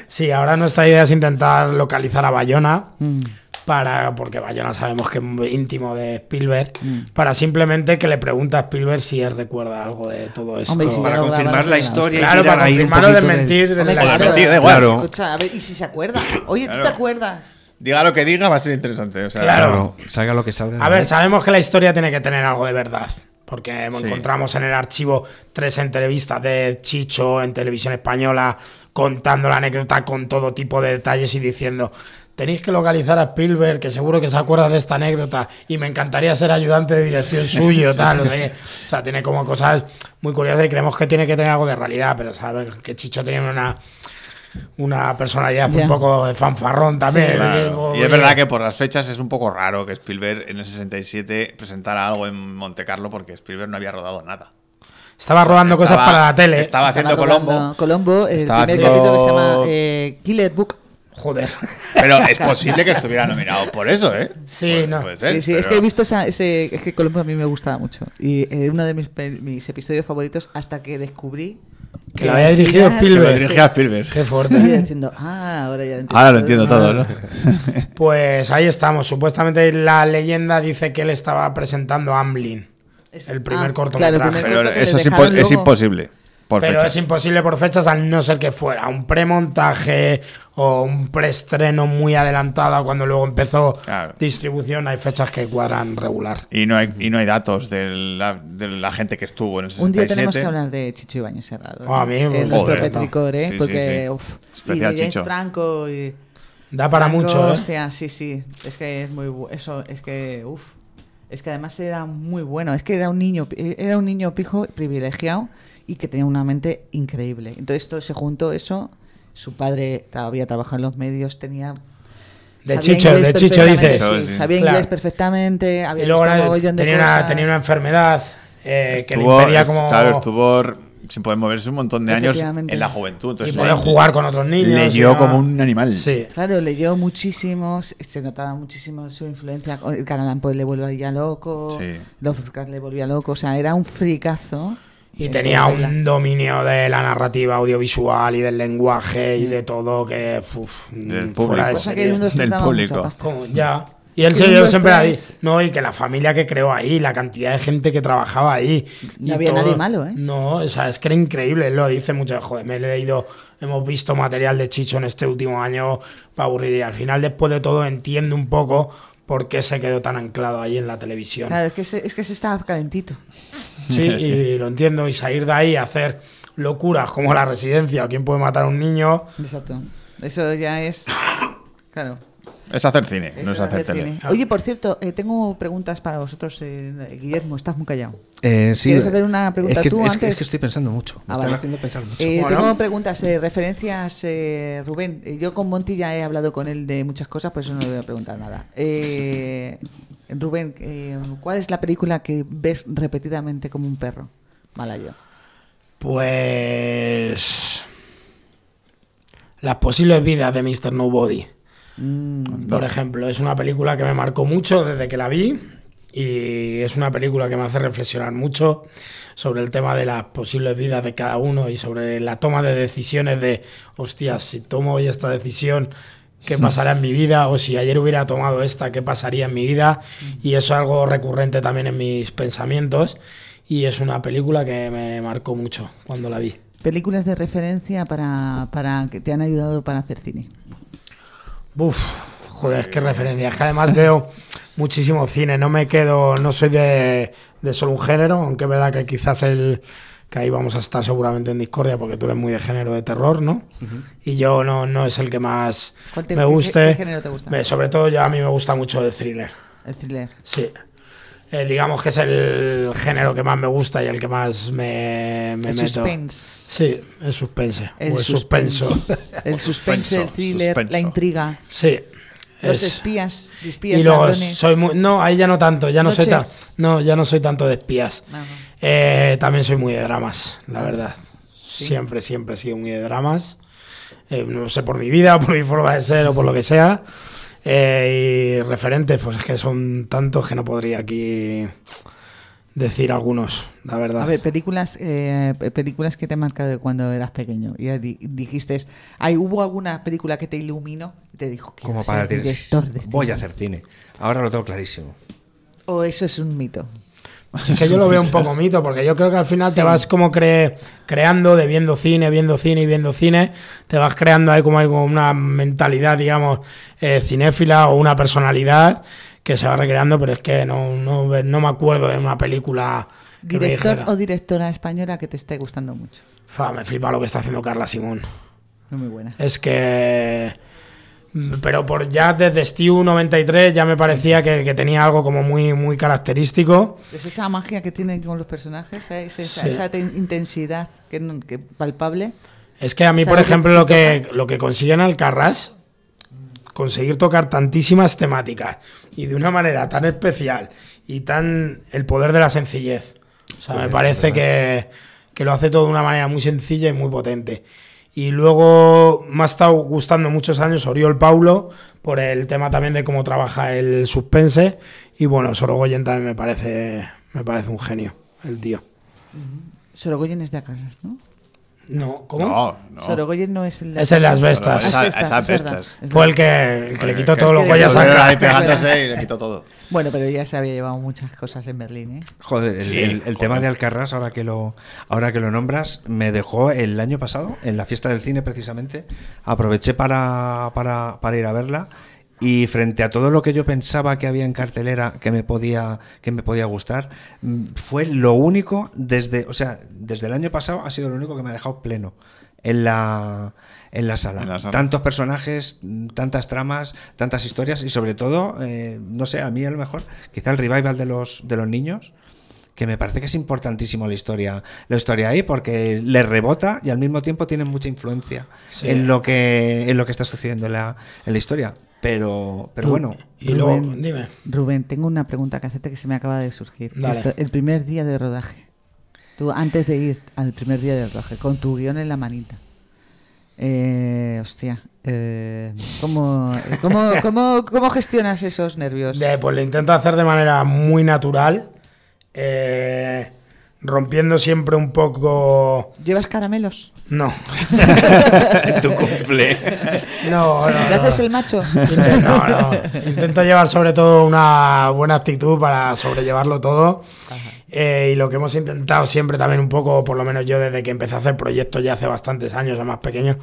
S5: sí, ahora nuestra idea es intentar localizar a Bayona
S3: Mm.
S5: para porque Bayona sabemos que es muy íntimo de Spielberg
S3: Mm.
S5: para simplemente que le pregunte a Spielberg si él recuerda algo de todo esto.
S3: Hombre, y si
S2: Para
S3: Lo
S2: confirmar
S3: grabas,
S2: la
S3: lo
S2: historia. y
S5: claro,
S2: tirar
S5: para
S2: ahí un
S5: confirmar o
S2: poquito del-
S5: desmentir de
S3: Hombre,
S5: la
S4: claro.
S5: historia.
S4: mentira, da igual.
S2: Claro.
S3: Escucha, a ver, ¿y si se acuerda? Oye, ¿tú
S4: Claro.
S3: te acuerdas?
S4: Diga lo que diga, va a ser interesante. O sea,
S2: Claro, salga lo que salga.
S5: A ver, sabemos que la historia tiene que tener algo de verdad. Porque
S4: Sí.
S5: encontramos en el archivo tres entrevistas de Chicho en televisión española contando la anécdota con todo tipo de detalles y diciendo, tenéis que localizar a Spielberg, que seguro que se acuerda de esta anécdota y me encantaría ser ayudante de dirección suyo, tal. O sea, que- o sea, tiene como cosas muy curiosas y creemos que tiene que tener algo de realidad, pero sabes que Chicho tiene una... Una personalidad
S3: Ya.
S5: un poco de fanfarrón también.
S4: Claro.
S5: Oye,
S4: Y es verdad que por las fechas es un poco raro que Spielberg en el 67 presentara algo en Monte Carlo porque Spielberg no había rodado nada.
S5: Estaba rodando
S4: Estaba-
S5: cosas para la tele.
S4: Estaba haciendo
S3: Estaba rodando
S4: Colombo.
S3: Colombo, el
S4: Estaba
S3: primer
S4: haciendo-
S3: capítulo que se llama eh, Killer Book.
S5: Joder.
S4: Pero es posible que estuviera nominado por eso, ¿eh?
S5: Sí,
S4: Pues,
S5: no.
S4: puede
S3: Sí,
S4: ser,
S3: sí, es
S4: pero-
S3: que he visto esa- ese. Es que Colombo a mí me gustaba mucho. Y es uno de mis, pe- mis episodios favoritos hasta que descubrí.
S5: Que lo había dirigido
S3: al final-
S4: Que lo
S5: Spielberg.
S4: dirigía Spielberg.
S5: Qué
S3: Y yo
S5: fuerte.
S3: diciendo, ah, ahora ya lo entiendo. Ah,
S4: Ahora lo entiendo todo, ¿no?
S5: Pues ahí estamos. Supuestamente la leyenda dice que él estaba presentando a Amblin.
S3: Es-
S5: El primer
S3: ah,
S5: cortometraje.
S3: claro, el primer-
S4: Pero
S3: corto que le
S4: eso es,
S3: dejaron
S4: impo- es
S3: luego.
S4: imposible. Por
S5: Pero
S4: fechas.
S5: es imposible por fechas, al no ser que fuera un premontaje o un preestreno muy adelantado cuando luego empezó
S4: Claro.
S5: distribución. Hay fechas que cuadran regular.
S4: Y no hay, y no hay datos de la, de la gente que estuvo en el 67.
S3: Un día tenemos que hablar de Chicho Ibañez Serrado.
S5: Ah, a mí,
S3: ¿eh?
S5: pues,
S3: Es nuestro
S4: joder.
S3: petricor, ¿eh?
S4: Sí, sí,
S3: Porque,
S4: sí.
S3: uff. Y
S4: Especial
S3: de James
S4: Chicho.
S3: Franco. Y,
S5: Da para
S3: Franco,
S5: mucho. ¿eh?
S3: Oh, Hostia, sí, sí. Es que es muy. bu- Eso, es que. Uff. Es que además era muy bueno. Es que era un niño, eh, era un niño pijo privilegiado y que tenía una mente increíble. Entonces todo se juntó eso. Su padre tra- había trabajado en los medios, tenía.
S5: De
S3: sabía
S5: Chicho,
S3: inglés
S5: de Chicho
S3: perfectamente,
S5: dices.
S4: Chicho,
S3: sí,
S4: sí.
S3: sabía
S5: Claro.
S3: inglés perfectamente. Había
S5: Y luego
S3: visto
S5: era-
S3: un mogollón de
S5: tenía una,
S3: cosas.
S5: tenía una enfermedad eh, que le
S4: Estuvo-
S5: impedía
S4: es-
S5: como
S4: Claro, estuvo r- sin poder moverse un montón de años
S3: Efectivamente.
S4: en la juventud.
S5: y
S4: Entonces,
S5: poder
S4: le-
S5: jugar con otros niños.
S4: Leyó
S5: y nada.
S4: como un animal.
S5: Sí.
S3: Claro, leyó muchísimos, se notaba muchísimo su influencia. El Carolan Poe le volvía loco,
S4: Sí.
S3: Los Oscar le volvía loco, o sea, era un fricazo.
S5: Y
S3: Eh,
S5: tenía
S3: de verdad.
S5: un dominio de la narrativa audiovisual y del lenguaje y de todo que. uf, mm,
S4: Del
S5: fuera
S4: público.
S5: de
S4: Cosa
S3: Cosa
S5: serie.
S3: Mm. que el mundo
S4: Del
S3: ostentaba
S4: público.
S3: mucha pasta.
S5: Como, ya. Y él,
S3: Y
S5: se-
S3: un,
S5: él
S3: dos,
S5: siempre ahí.
S3: tres.
S5: No, y que la familia que creó ahí, la cantidad de gente que trabajaba ahí.
S3: No
S5: y
S3: había nadie malo, ¿eh?
S5: No, o sea, es que era increíble. Él lo dice mucho. Joder, me he leído. Hemos visto material de Chicho en este último año para aburrir. Y al final, después de todo, entiendo un poco por qué se quedó tan anclado ahí en la televisión.
S3: Claro, es que, se, es que se estaba calentito.
S5: Sí, y lo entiendo. Y salir de ahí a hacer locuras como la residencia o quién puede matar a un niño.
S3: Exacto. Eso ya es. Claro.
S4: Es hacer cine,
S3: eso
S4: no es
S3: era
S4: hacer
S3: hacer
S4: tele.
S3: cine. Oye, por cierto, eh, tengo preguntas para vosotros. eh, Guillermo, estás muy callado.
S2: Eh, sí,
S3: ¿Quieres hacer una pregunta
S2: es que,
S3: tú
S2: es, que-
S3: antes?
S2: es que estoy pensando mucho. Me
S3: Ah,
S2: están
S3: vale.
S2: haciendo pensar mucho.
S3: Eh,
S5: Bueno.
S3: Tengo preguntas, eh, referencias, eh, Rubén. Eh, Yo con Monti ya he hablado con él de muchas cosas, por eso no le voy a preguntar nada. Eh, Rubén, eh, ¿cuál es la película que ves repetidamente como un perro? Mala yo.
S5: Pues. Las posibles vidas de Mr. Nobody.
S3: Mm.
S5: Por ejemplo, es una película que me marcó mucho desde que la vi y es una película que me hace reflexionar mucho sobre el tema de las posibles vidas de cada uno y sobre la toma de decisiones de, hostias, si tomo hoy esta decisión, ¿qué pasará en mi vida? O si ayer hubiera tomado esta, ¿qué pasaría en mi vida? Y eso es algo recurrente también en mis pensamientos y es una película que me marcó mucho cuando la vi.
S3: Películas de referencia para, para que te han ayudado para hacer cine.
S5: Uf, joder, qué referencia. Es que además veo muchísimo cine. No me quedo, no soy de, de solo un género, aunque es verdad que quizás el. que ahí vamos a estar seguramente en discordia porque tú eres muy de género de terror, ¿no? Y yo no, no es el que más
S3: ¿Cuál te-
S5: me
S3: qué-
S5: guste.
S3: qué género te gusta?
S5: Me- sobre todo yo, a mí me gusta mucho el thriller.
S3: El thriller.
S5: Sí. Eh, digamos que es el género que más me gusta y el que más me, me
S3: el
S5: meto.
S3: suspense.
S5: Sí, el suspense.
S3: El
S5: o el suspenso.
S3: suspense. El suspense, el
S4: Suspenso,
S3: thriller, la
S4: suspenso.
S3: intriga.
S5: sí.
S3: Los
S5: es-
S3: espías, de
S5: y
S3: espías,
S5: luego
S3: ladrones.
S5: soy muy, no ahí ya no tanto ya no soy tan,
S3: Noches. Ah.
S5: no ya no soy tanto de espías
S3: Ajá.
S5: Eh, también soy muy de dramas
S3: Ah.
S5: la verdad siempre siempre he sido muy de dramas Eh, no sé por mi vida por mi forma de ser o por lo que sea Eh, y referentes, pues es que son tantos que no podría aquí decir algunos, la verdad.
S3: A ver, películas, eh, pe- películas que te han marcado de cuando eras pequeño. Y ya di- dijiste, ay, ¿hubo alguna película que te iluminó? Y te dijo, quiero
S2: Como para
S3: ser
S2: decir,
S3: director de
S2: voy
S3: cine"?
S2: a hacer cine. Ahora lo tengo clarísimo.
S3: O eso es un mito.
S5: Es que yo lo veo un poco mito, porque yo creo que al final te vas como cre- creando de viendo cine, viendo cine y viendo cine, te vas creando ahí como, hay como una mentalidad, digamos, eh, cinéfila o una personalidad que se va recreando, pero es que no, no, ve- no me acuerdo de una película que me
S3: Director
S5: dijera,
S3: o directora española que te esté gustando mucho.
S5: "Fa, me flipa lo que está haciendo Carla Simón.
S3: No muy buena.
S5: Es que. mm, Pero por ya desde Steve 93 ya me parecía que, que tenía algo como muy, muy característico.
S3: Es esa magia que tienen con los personajes, ¿eh? Es esa,
S5: Sí.
S3: esa te- intensidad que, no- que palpable.
S5: Es que a mí,
S3: O sea,
S5: por
S3: lo que
S5: ejemplo,
S3: se
S5: lo que, lo que consiguen Alcarrás, conseguir tocar tantísimas temáticas y de una manera tan especial y tan el poder de la sencillez. O sea, me parece que, que lo hace todo de una manera muy sencilla y muy potente. Y luego me ha estado gustando muchos años Oriol Paulo por el tema también de cómo trabaja el suspense. Y bueno, Sorogoyen también me parece, me parece un genio, el tío.
S3: Sorogoyen es de Acarras, ¿no?
S5: No, ¿cómo?
S4: Ah,
S5: Ah,
S4: No, no.
S3: Sorogoyen no es el de
S5: Es el de las
S4: Pero
S5: bestas.
S4: esa-
S3: Asbestas,
S4: esa
S3: es verdad,
S4: Asbestas.
S3: es
S5: Fue el
S3: verdad.
S5: que, el que le quitó
S4: Es
S5: todos los
S3: que-
S5: Goyas a
S4: Volvieron
S5: Carrás.
S4: ahí pegándose y le quitó todo.
S3: Bueno, pero ya se había llevado muchas cosas en Berlín, ¿eh?
S2: Joder, el,
S4: Sí,
S2: el- el
S4: joder.
S2: tema de Alcarrás, ahora que, lo, ahora que lo nombras, me dejó el año pasado, en la fiesta del cine precisamente, aproveché para, para, para ir a verla y frente a todo lo que yo pensaba que había en cartelera que me podía, que me podía gustar, mm, fue lo único desde, o sea, desde el año pasado ha sido lo único que me ha dejado pleno. En la, en la sala.
S4: En la sala.
S2: Tantos personajes, mm, tantas tramas, tantas historias y sobre todo, eh, no sé, a mí a lo mejor, quizá el revival de los, de los niños, que me parece que es importantísimo la historia, la historia ahí, porque le rebota y al mismo tiempo tiene mucha influencia
S5: Sí.
S2: en lo que en lo que está sucediendo en la, en la historia. Pero, pero bueno,
S5: Y luego,
S3: Rubén.
S5: dime.
S3: Rubén, tengo una pregunta que hacerte que se me acaba de surgir.
S5: Dale.
S3: Esto- el primer día de rodaje. Tú, antes de ir al primer día de rodaje, con tu guión en la manita. Eh, hostia, eh, ¿cómo, cómo, cómo, cómo gestionas esos nervios?
S5: De- pues lo intento hacer de manera muy natural, eh, rompiendo siempre un poco.
S3: ¿Llevas caramelos?
S5: No,
S4: tu cumple.
S5: no, no.
S3: ¿Te
S5: no.
S3: haces el macho?
S5: Inte-
S4: Eh,
S5: no, no. Intento llevar sobre todo una buena actitud para sobrellevarlo todo. Eh, y lo que hemos intentado siempre también un poco, por lo menos yo desde que empecé a hacer proyectos ya hace bastantes años, ya más pequeño,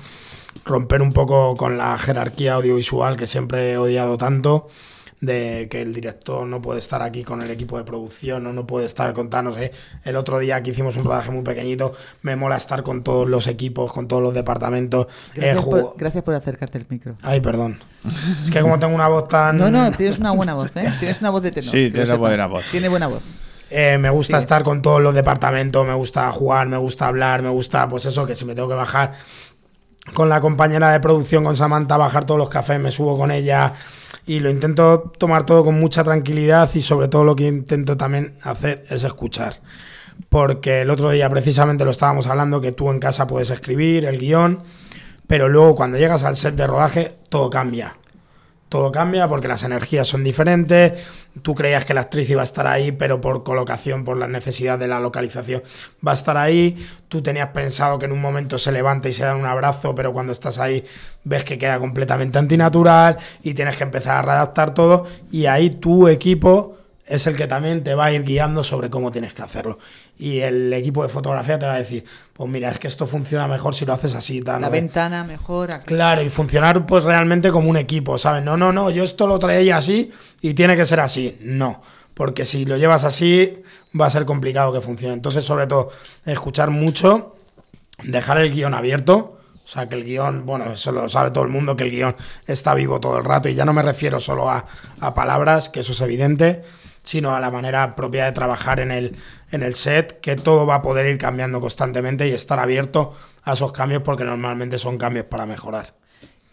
S5: romper un poco con la jerarquía audiovisual que siempre he odiado tanto, de que el director no puede estar aquí con el equipo de producción, o no puede estar contándonos. El otro día que hicimos un rodaje muy pequeñito, me mola estar con todos los equipos, con todos los departamentos. eh,
S3: Gracias,
S5: jugó-
S3: por, gracias por acercarte el micro.
S5: Ay, perdón. Es que como tengo una voz tan...
S3: No, no, tienes una buena voz, ¿eh? Tienes una voz de tenor.
S4: Sí,
S3: que lo
S4: tiene
S3: sepas.
S4: buena voz.
S3: Tiene buena voz.
S5: Eh, me gusta
S3: Sí.
S5: estar con todos los departamentos, me gusta jugar, me gusta hablar, me gusta, pues eso, que si me tengo que bajar con la compañera de producción, con Samantha, bajar todos los cafés, me subo con ella y lo intento tomar todo con mucha tranquilidad y sobre todo lo que intento también hacer es escuchar. Porque el otro día precisamente lo estábamos hablando, que tú en casa puedes escribir el guión, pero luego cuando llegas al set de rodaje todo cambia. todo cambia porque las energías son diferentes. Tú creías que la actriz iba a estar ahí, pero por colocación, por la necesidad de la localización, va a estar ahí. Tú tenías pensado que en un momento se levanta y se dan un abrazo, pero cuando estás ahí ves que queda completamente antinatural y tienes que empezar a redactar todo. Y ahí tu equipo es el que también te va a ir guiando sobre cómo tienes que hacerlo. Y el equipo de fotografía te va a decir, pues mira, es que esto funciona mejor si lo haces así. Tan
S3: La
S5: o de-
S3: ventana mejora.
S5: Claro, y funcionar pues realmente como un equipo, ¿sabes? No, no, no, yo esto lo traía así y tiene que ser así. No, porque si lo llevas así va a ser complicado que funcione. Entonces, sobre todo, escuchar mucho, dejar el guión abierto. O sea, que el guión, bueno, eso lo sabe todo el mundo, que el guión está vivo todo el rato. Y ya no me refiero solo a, a palabras, que eso es evidente, sino a la manera propia de trabajar en el, en el set, que todo va a poder ir cambiando constantemente y estar abierto a esos cambios, porque normalmente son cambios para mejorar.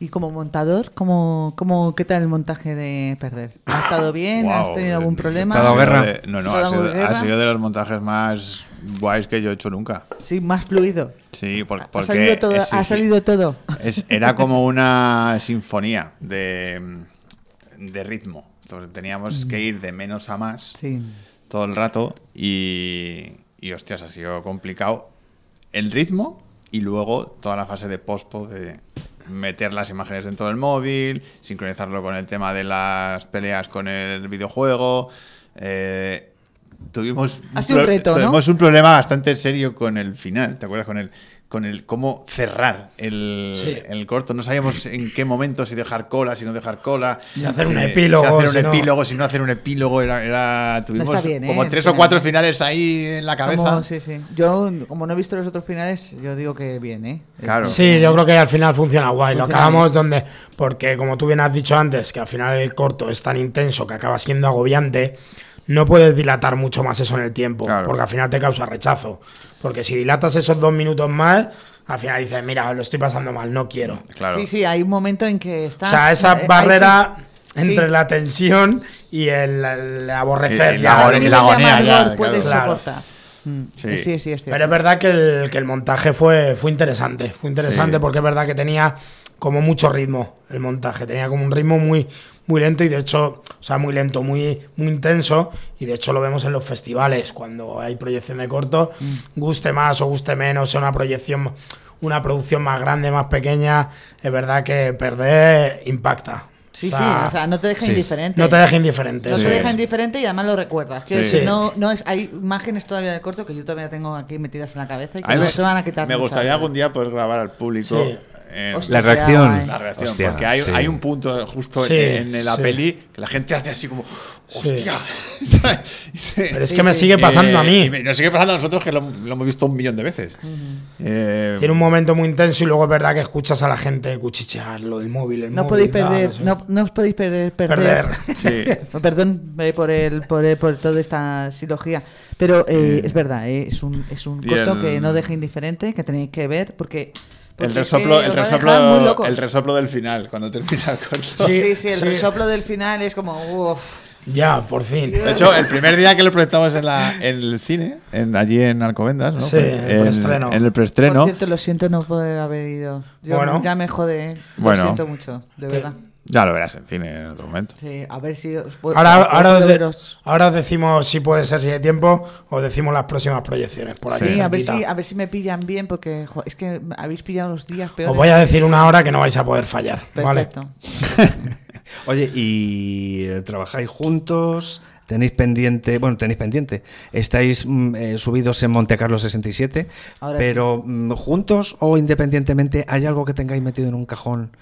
S3: Y como montador, ¿cómo, cómo, ¿qué tal el montaje de Perder? ¿Ha estado bien? Eh, ¿Has
S4: Wow,
S3: tenido algún problema?
S2: ¿Te ha dado
S4: eh, sido
S2: guerra?
S4: de- no, no,
S3: ¿Te ha
S4: ha
S3: dado
S4: sido, ha
S3: guerra?
S4: sido de los montajes más guays que yo he hecho nunca.
S3: Sí, más fluido.
S4: Sí, por-
S3: ha
S4: porque.
S3: salido todo.
S4: eh, sí,
S3: ha
S4: sí.
S3: salido todo.
S4: Es- era como una sinfonía de. mm, de ritmo. Entonces, teníamos que ir de menos a más
S3: Sí.
S4: todo el rato y, y hostias, ha sido complicado el ritmo y luego toda la fase de pospo de meter las imágenes dentro del móvil, sincronizarlo con el tema de las peleas con el videojuego. eh, tuvimos
S3: Ha sido un
S4: pro-
S3: reto, ¿no?
S4: tuvimos un problema bastante serio con el final, ¿te acuerdas? Con el con el cómo cerrar el,
S5: Sí.
S4: el corto. No sabíamos en qué momento, si dejar cola, si no dejar cola. eh,
S5: Si hacer un
S4: si
S5: epílogo,
S4: hacer un
S5: si no-
S4: epílogo, si no hacer un epílogo. Era, era- tuvimos
S3: está bien, ¿eh?
S4: como
S3: El
S4: tres
S3: final.
S4: o cuatro finales ahí en la cabeza.
S3: Como, sí, sí. Yo, como no he visto los otros finales, yo digo que bien, ¿eh?
S4: Claro.
S5: Sí, yo creo que al final funciona guay. Lo
S3: Funciona
S5: acabamos donde. Porque, como tú bien has dicho antes, que al final el corto es tan intenso que acaba siendo agobiante, no puedes dilatar mucho más eso en el tiempo.
S4: Claro.
S5: Porque al final te causa rechazo. Porque si dilatas esos dos minutos más, al final dices, mira, lo estoy pasando mal, no quiero.
S4: Claro.
S3: Sí, sí, hay un momento en que
S5: O
S3: estás.
S5: sea, esa
S3: eh, ahí
S5: barrera
S3: sí.
S5: entre
S3: Sí.
S5: la tensión y el, el aborrecer.
S4: El- el
S5: ya.
S4: agone-
S3: ¿Qué nivel de
S4: la agonía
S3: amargor
S4: ya,
S3: puedes
S5: claro.
S3: soportar? Mm,
S4: Sí.
S3: Sí, sí, es cierto.
S5: Pero es verdad que el, que el montaje fue, fue interesante. Fue interesante
S4: Sí.
S5: porque es verdad que tenía como mucho ritmo el montaje. Tenía como un ritmo muy, muy lento y de hecho, o sea, muy lento, muy, muy intenso. Y de hecho lo vemos en los festivales cuando hay proyección de corto, guste más o guste menos, sea una proyección, una producción más grande, más pequeña. Es verdad que perder impacta.
S3: Sí, sí, o sea, no te deja
S2: sí.
S3: indiferente.
S5: no te deja indiferente.
S3: No
S5: eso
S3: te
S5: es.
S3: deja indiferente y además lo recuerdas. Quiero
S4: Sí.
S3: decir, no, no es, hay imágenes todavía de corto que yo todavía tengo aquí metidas en la cabeza y
S4: A
S3: que
S4: mí
S3: no
S4: me,
S3: se van a quitar.
S4: me
S3: nunca.
S4: gustaría algún día poder grabar al público
S5: Sí.
S4: en
S3: Hostia,
S2: La
S3: sea
S2: reacción.
S3: guay.
S4: la reacción.
S2: Hostia,
S4: porque hay,
S2: sí.
S4: hay un punto justo
S5: Sí,
S4: en, en la
S5: sí.
S4: peli que la gente hace así como,
S5: Sí.
S4: ¡hostia! eh,
S5: Pero es
S3: Sí,
S5: que me
S3: sí.
S5: sigue pasando a mí.
S4: Nos sigue pasando a nosotros que lo, lo hemos visto un millón de veces. Eh,
S5: Tiene un momento muy intenso y luego es verdad que escuchas a la gente cuchichear lo del móvil. el
S3: No podéis
S5: móvil, tal,
S3: perder,
S5: no sé.
S3: no, no os podéis perder, perder.
S5: perder.
S4: sí.
S3: Oh, Perdón eh, por, el, por, el- por toda esta silogía, pero eh, es verdad, eh, es un, es un
S4: y
S3: corto
S4: el-
S3: que no deja indiferente, que tenéis que ver, porque... porque
S4: El
S3: es que
S4: resoplo,
S3: os
S4: el,
S3: va a dejar muy
S4: resoplo,
S3: locos.
S4: el resoplo del final, cuando termina el corto.
S5: Sí,
S3: Sí, sí, el
S5: sí.
S3: resoplo del final es como... Uf,
S5: Ya, por fin.
S4: De hecho, el primer día que lo proyectamos en, la, en el cine, en, allí en Alcobendas, ¿no?
S5: Sí, en el preestreno.
S4: En el
S3: por
S4: preestreno.
S3: cierto, lo siento no poder haber ido. Yo-
S5: Bueno.
S3: ya me jode, eh. lo
S4: Bueno.
S3: siento mucho, de
S5: Te-
S3: verdad.
S4: Ya lo verás en cine en otro momento.
S3: Sí, a ver si os puedo,
S5: Ahora,
S3: puedo
S5: ahora, os de-
S3: veros.
S5: ahora os decimos si puede ser, si hay tiempo, os decimos las próximas proyecciones por aquí.
S3: Sí, a ver,
S5: cerquita.
S3: si, a ver si me pillan bien, porque jo, es que habéis pillado los días peores.
S5: Os voy a decir una hora que no vais a poder fallar.
S3: Perfecto.
S5: ¿vale?
S2: Oye, ¿y eh, trabajáis juntos? ¿Tenéis pendiente? Bueno, tenéis pendiente. Estáis mm, eh, subidos en Monte Carlo 67,
S3: Ahora
S2: pero mm, ¿juntos o independientemente hay algo que tengáis metido en un cajón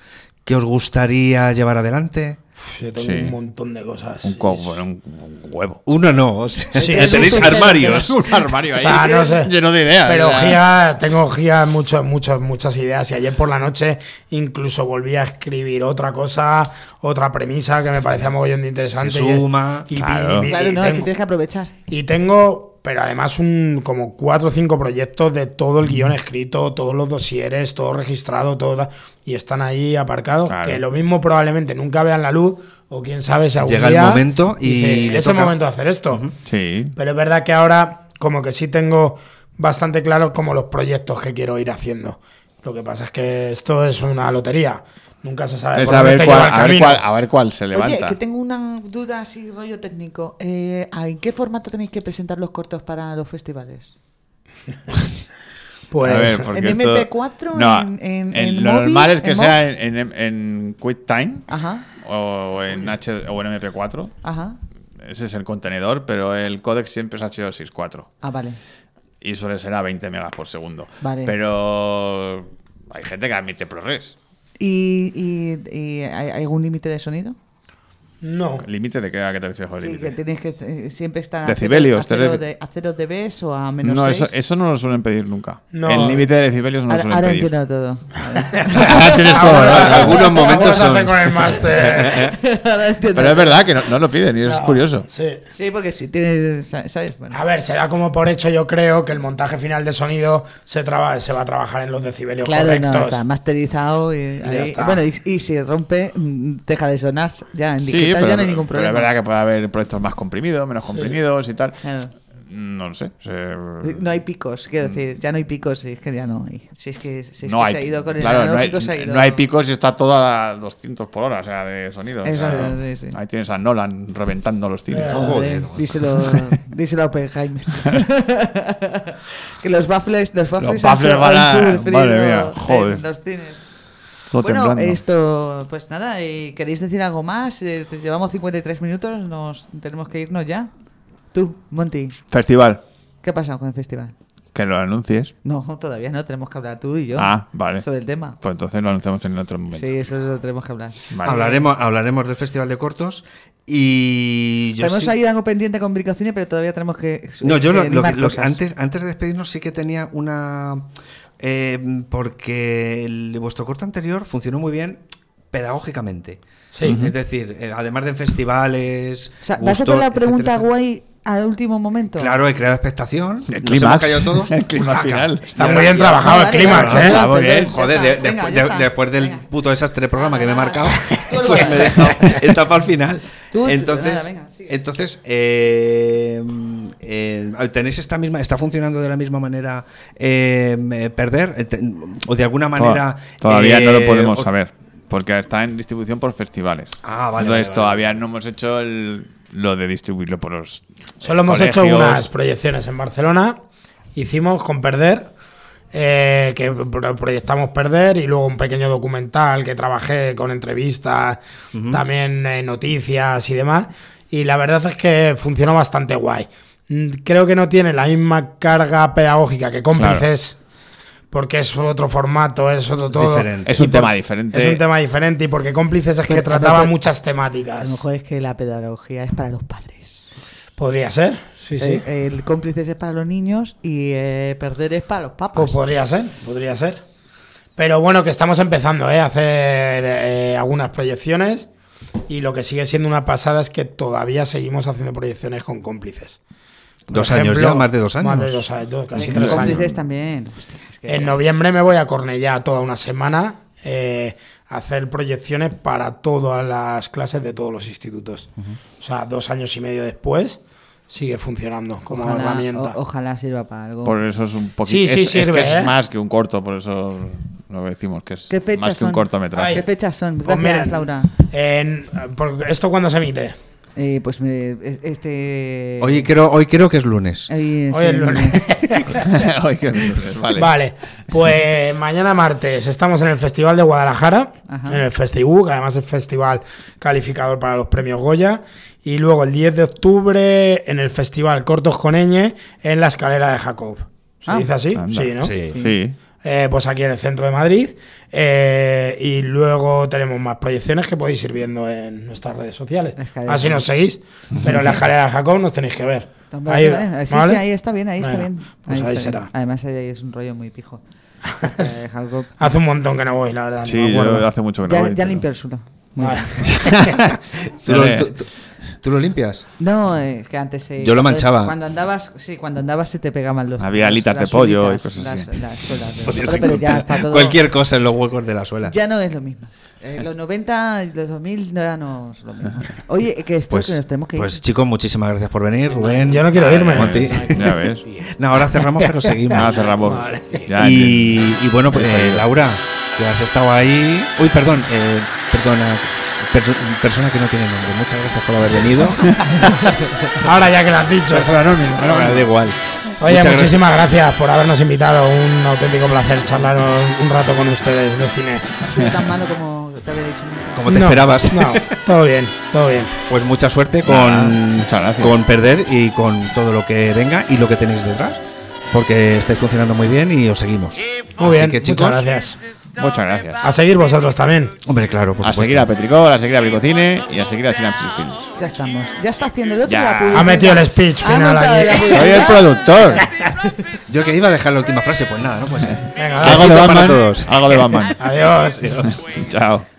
S2: que os gustaría llevar adelante?
S5: Uf, yo tengo
S4: Sí.
S5: un montón de cosas.
S4: Un, co- bueno, un- un huevo.
S2: Uno no, o sea,
S5: Sí,
S2: ya
S5: es un
S2: tenéis
S3: sujeto,
S2: armarios.
S4: Un armario ahí
S5: Ah, no sé.
S4: lleno de ideas.
S5: Pero
S4: o sea,
S5: giras, tengo giras, muchas, muchas, muchas ideas. Y ayer por la noche incluso volví a escribir otra cosa, otra premisa que me parecía mogollón de interesante.
S2: Se
S5: Y-
S2: suma,
S5: y- y-
S4: claro.
S5: y- y
S3: Claro, no, es que
S5: tengo-
S3: tienes que aprovechar.
S5: Y tengo, pero además, un como cuatro o cinco proyectos de todo el guión escrito, todos los dosieres, todo registrado, todo ta- y están ahí aparcados.
S4: Claro.
S5: Que lo mismo probablemente nunca vean la luz, o quién sabe si algún
S2: Llega el
S5: día
S2: momento y
S5: dice,
S2: le
S5: es el
S2: toca".
S5: momento de hacer esto.
S4: Sí.
S5: Pero es verdad que ahora, como que sí tengo bastante claro como los proyectos que quiero ir haciendo. Lo que pasa es que esto es una lotería. Nunca se sabe
S4: Es
S5: por
S4: a
S5: dónde
S4: ver,
S5: te
S4: cuál,
S5: lleva el
S4: a, ver
S5: camino.
S4: cuál, a ver cuál se
S3: Oye,
S4: levanta.
S3: que tengo una duda así, rollo técnico. Eh, ¿a- ¿En qué formato tenéis que presentar los cortos para los festivales?
S5: Pues,
S4: a ver, porque
S3: ¿en
S4: esto-
S3: MP4,
S4: No,
S3: en- en-
S4: en
S3: en
S4: lo
S3: móvil,
S4: normal es que
S3: en
S4: sea en, en, en QuickTime
S3: Ajá,
S4: o en, H, o en MP4.
S3: ajá.
S4: Ese es el contenedor, pero el códec siempre es H264.
S3: Ah, vale.
S4: y suele ser a 20 megas por segundo.
S3: Vale.
S4: Pero hay gente que admite ProRes.
S3: ¿Y, y, y hay hay algún límite de sonido?
S5: no.
S4: ¿Límite de qué, a qué te refieres con
S3: Sí, que
S4: límite?
S3: tenéis que eh, siempre estar a
S4: Decibelios,
S3: cero- a cero,
S4: te
S3: de- a cero dBs o a menos
S4: No,
S3: seis.
S4: eso, eso no lo suelen pedir nunca.
S5: No.
S4: El límite de decibelios no
S3: ahora
S4: lo
S3: ahora
S4: suelen pedir.
S3: entiendo todo.
S4: Ahora tienes
S5: ¿eh?
S4: todo, ¿no?
S2: Algunos momentos
S5: Vamos a hacer
S2: son-
S5: con el máster.
S3: Ahora entiendo.
S4: Pero es verdad que no, no lo piden y es curioso.
S5: Sí.
S3: Sí, porque si tienes, ¿sabes? Bueno.
S5: A ver, se da como por hecho, yo creo, que el montaje final de sonido se, traba, se va a trabajar en los decibelios
S3: Claro,
S5: correctos.
S3: no, está masterizado y, ahí-
S5: está.
S3: bueno, y, y si rompe, mm, deja de sonar. Ya en
S4: Sí,
S3: digital
S4: pero,
S3: ya no hay ningún
S4: pero
S3: problema.
S4: es verdad que puede haber proyectos más comprimidos, menos comprimidos y tal.
S3: Claro.
S4: No lo sé. se-
S3: No hay picos, quiero decir, ya no hay picos, si es que ya no hay. Si es que, si es
S4: Mm. no
S3: que
S4: hay,
S3: se ha ido con el
S4: claro, no hay,
S3: analógico, se ha ido.
S4: no hay picos y está toda a 200 por hora, o sea, de sonido. o
S3: Es
S4: sea,
S3: verdad, sí, sí. Eh.
S4: Ahí tienes a Nolan reventando los tiros.
S3: Hombre, díselo, díselo a Oppenheimer. que los baffles, los baffles,
S4: Los baffles
S3: han, su-
S4: van a-
S3: han sufrido
S4: madre mía, joder.
S3: en los cines.
S4: Todo
S3: bueno,
S4: temblando.
S3: esto, pues nada, ¿y ¿queréis decir algo más? Eh, te- llevamos 53 minutos, nos tenemos que irnos ya. Tú, Monty,
S4: Festival,
S3: ¿qué ha pasado con el festival?
S4: que lo anuncies.
S3: No, todavía no, tenemos que hablar tú y yo
S4: Ah, vale.
S3: sobre el tema.
S4: Pues entonces lo anunciamos en otro momento.
S3: Sí, eso lo tenemos que hablar.
S4: Vale.
S2: Hablaremos, hablaremos del Festival de Cortos y yo
S3: tenemos
S2: sí-
S3: ahí algo pendiente con Bricocine, pero todavía tenemos que.
S2: No, yo
S3: que
S2: lo, lo-
S3: limar
S2: lo-
S3: cosas.
S2: antes, antes de despedirnos sí que tenía una... eh, porque el- vuestro corto anterior funcionó muy bien pedagógicamente. Es decir, eh, además de en festivales...
S3: O sea, vas a hacer
S2: gusto,
S3: la pregunta
S2: etcétera,
S3: guay al último momento.
S2: etcétera. Claro, he creado expectación.
S4: El
S2: nos
S4: clímax.
S2: hemos callado todos.
S4: El clímax final.
S5: Está muy bien trabajado el
S3: Vale,
S5: clímax,
S3: vale,
S5: ¿eh?
S3: vale,
S4: Ah, muy
S3: ya
S4: bien.
S3: está,
S2: Joder, de-
S3: venga,
S2: después-
S3: ya
S2: de-
S3: está.
S2: después del
S3: Venga. Ah,
S2: puto desastre programa que me he marcado,
S3: Tú lo
S2: pues me he dejado etapa al final.
S3: Tú, tú,
S2: entonces,
S3: nada, venga, sigue.
S2: entonces eh, eh, tenéis esta misma, está funcionando de la misma manera eh, eh, perder Eh, te- o de alguna
S4: Toda-
S2: manera.
S4: todavía no lo
S2: eh,
S4: podemos
S2: o-
S4: saber, porque está en distribución por festivales.
S2: Ah, vale,
S4: Entonces
S2: vale, vale.
S4: todavía no hemos hecho el- lo de distribuirlo por los
S5: Solo hemos
S4: colegios.
S5: hecho unas proyecciones en Barcelona. Hicimos con Perder, eh, que pro- proyectamos Perder, y luego un pequeño documental que trabajé con entrevistas, también eh, noticias y demás. Y la verdad es que funcionó bastante guay. Mm, Creo que no tiene la misma carga pedagógica que cómplices. Porque es otro formato, es otro todo.
S2: diferente.
S4: Es un
S5: Y
S4: tema
S5: por-
S4: diferente.
S5: Es un tema diferente y porque cómplices es que
S3: Pero,
S5: trataba
S3: entonces,
S5: muchas
S3: A
S5: temáticas.
S3: lo mejor es que la pedagogía es para los padres.
S5: Podría ser, sí, sí.
S3: Eh, el cómplices es para los niños y eh, perder es para los
S5: Pues
S3: papas.
S5: podría ser, podría ser. Pero bueno, que estamos empezando ¿eh? a hacer eh, algunas proyecciones y lo que sigue siendo una pasada es que todavía seguimos haciendo proyecciones con cómplices. Por
S2: Dos años ya, más de dos años.
S5: Más de dos años, dos- casi
S3: Y
S5: tres
S3: cómplices
S5: años.
S3: también. Hostia, es que-
S5: En noviembre me voy a Cornellá toda una semana eh, a hacer proyecciones para todas las clases de todos los institutos. O sea, dos años y medio después sigue funcionando como
S3: ojalá,
S5: herramienta.
S3: o- ojalá sirva para algo.
S4: Por eso es un poquito.
S5: Sí, sí,
S4: es, es
S5: sirve,
S4: que
S5: ¿eh?
S4: es más que un corto, por eso lo decimos que es
S3: ¿Qué fechas
S4: más que
S3: son?
S4: un cortometraje.
S5: Ay.
S3: ¿Qué fechas son?
S5: Pues
S3: Gracias,
S5: miren,
S3: Laura.
S5: en- por- ¿Esto cuándo se emite?
S3: Eh, pues me- es- este.
S2: Hoy creo, hoy creo que es lunes.
S3: Hoy es
S5: Hoy es
S3: el
S5: lunes.
S4: Ay, qué lunes, vale.
S5: Vale. pues mañana martes estamos en el Festival de Guadalajara,
S3: Ajá.
S5: en el Festival, que además es festival calificador para los premios Goya. Y luego el 10 de octubre en el Festival Cortos con Ñ en la escalera de Jacob. ¿Se
S3: Ah.
S5: dice así?
S4: Anda.
S5: Sí, ¿no?
S2: Sí.
S4: Sí.
S5: Eh, pues aquí en el centro de Madrid. Eh, y luego tenemos más proyecciones que podéis ir viendo en nuestras redes sociales.
S3: La escalera.
S5: Así nos seguís. Pero en la escalera de Jacob nos tenéis que ver.
S3: Tampoco- eh, sí,
S5: ¿vale?
S3: sí, ahí está bien, ahí está
S5: Venga,
S3: bien.
S5: Pues ahí,
S3: está
S5: será.
S3: bien. Además, ahí es un rollo muy pijo. Eh, Jacob.
S5: Hace un montón que no voy, la verdad. no me
S4: Sí,
S5: acuerdo.
S4: yo hace mucho que no
S3: Ya,
S4: voy,
S3: ya
S4: pero-
S3: limpió el suelo. Muy
S5: Vale.
S3: bien.
S2: ¿Tú, lo,
S4: Vale.
S2: tú- tú- tú lo limpias?
S3: No, eh, que antes eh,
S2: Yo lo
S3: cuando-
S2: manchaba.
S3: Cuando andabas, sí, cuando andabas se te pegaban los.
S4: Había
S3: las-
S4: alitas de
S3: las
S4: pollo
S3: ulitas,
S4: y cosas
S3: las-
S4: así.
S3: las suelas de-
S2: Podías
S3: pero, pero ya
S2: encontrar
S3: está todo.
S2: Cualquier cosa en los huecos de la suela.
S3: Ya no es lo mismo. Eh, los 90 y los 2000 ya no es lo mismo. Oye, que esto
S2: Pues,
S3: que nos tenemos que ir.
S2: pues chicos, muchísimas gracias por venir, Rubén.
S5: Yo no quiero irme.
S2: Monti.
S4: Eh, Ya ves.
S2: No, ahora cerramos, pero seguimos.
S4: Nada, Ah, cerramos. Ya,
S2: y, y bueno, pues, eh, Laura, que has estado ahí. Uy, perdón, eh, perdona, per- persona que no tiene nombre. Muchas gracias por haber venido.
S5: Ahora ya que lo has dicho.
S2: Bueno, da igual.
S5: Oye,
S2: Muchas
S5: muchísimas gracias. por habernos invitado. Un auténtico placer charlar un, un rato con ustedes de cine.
S3: No soy tan malo como te había dicho nunca.
S2: Como te
S5: No,
S2: esperabas.
S5: No, todo bien, todo bien.
S2: Pues mucha suerte
S4: Nada,
S2: con,
S4: muchas gracias.
S2: con perder y con todo lo que venga y lo que tenéis detrás. Porque estáis funcionando muy bien y os seguimos.
S5: Muy
S2: Así
S5: bien,
S2: que, chicos,
S5: muchas gracias.
S4: Muchas gracias.
S5: A seguir vosotros también.
S2: Hombre, claro, por
S4: A
S2: supuesto.
S4: seguir a Petricor, a seguir a Bricocine y a seguir a Synapsis Films.
S3: Ya estamos. Ya está haciendo el otro
S4: Ya.
S3: la publicidad.
S5: Ha metido el speech
S3: Ha
S5: final
S3: montado
S5: aquí.
S3: la publicidad.
S4: Soy el productor.
S2: Yo que iba a dejar la última frase, pues nada, no pues.
S5: Venga,
S4: Algo de
S5: dale.
S2: para
S4: Batman.
S2: todos.
S4: Algo de Batman.
S5: Adiós.
S4: Chao.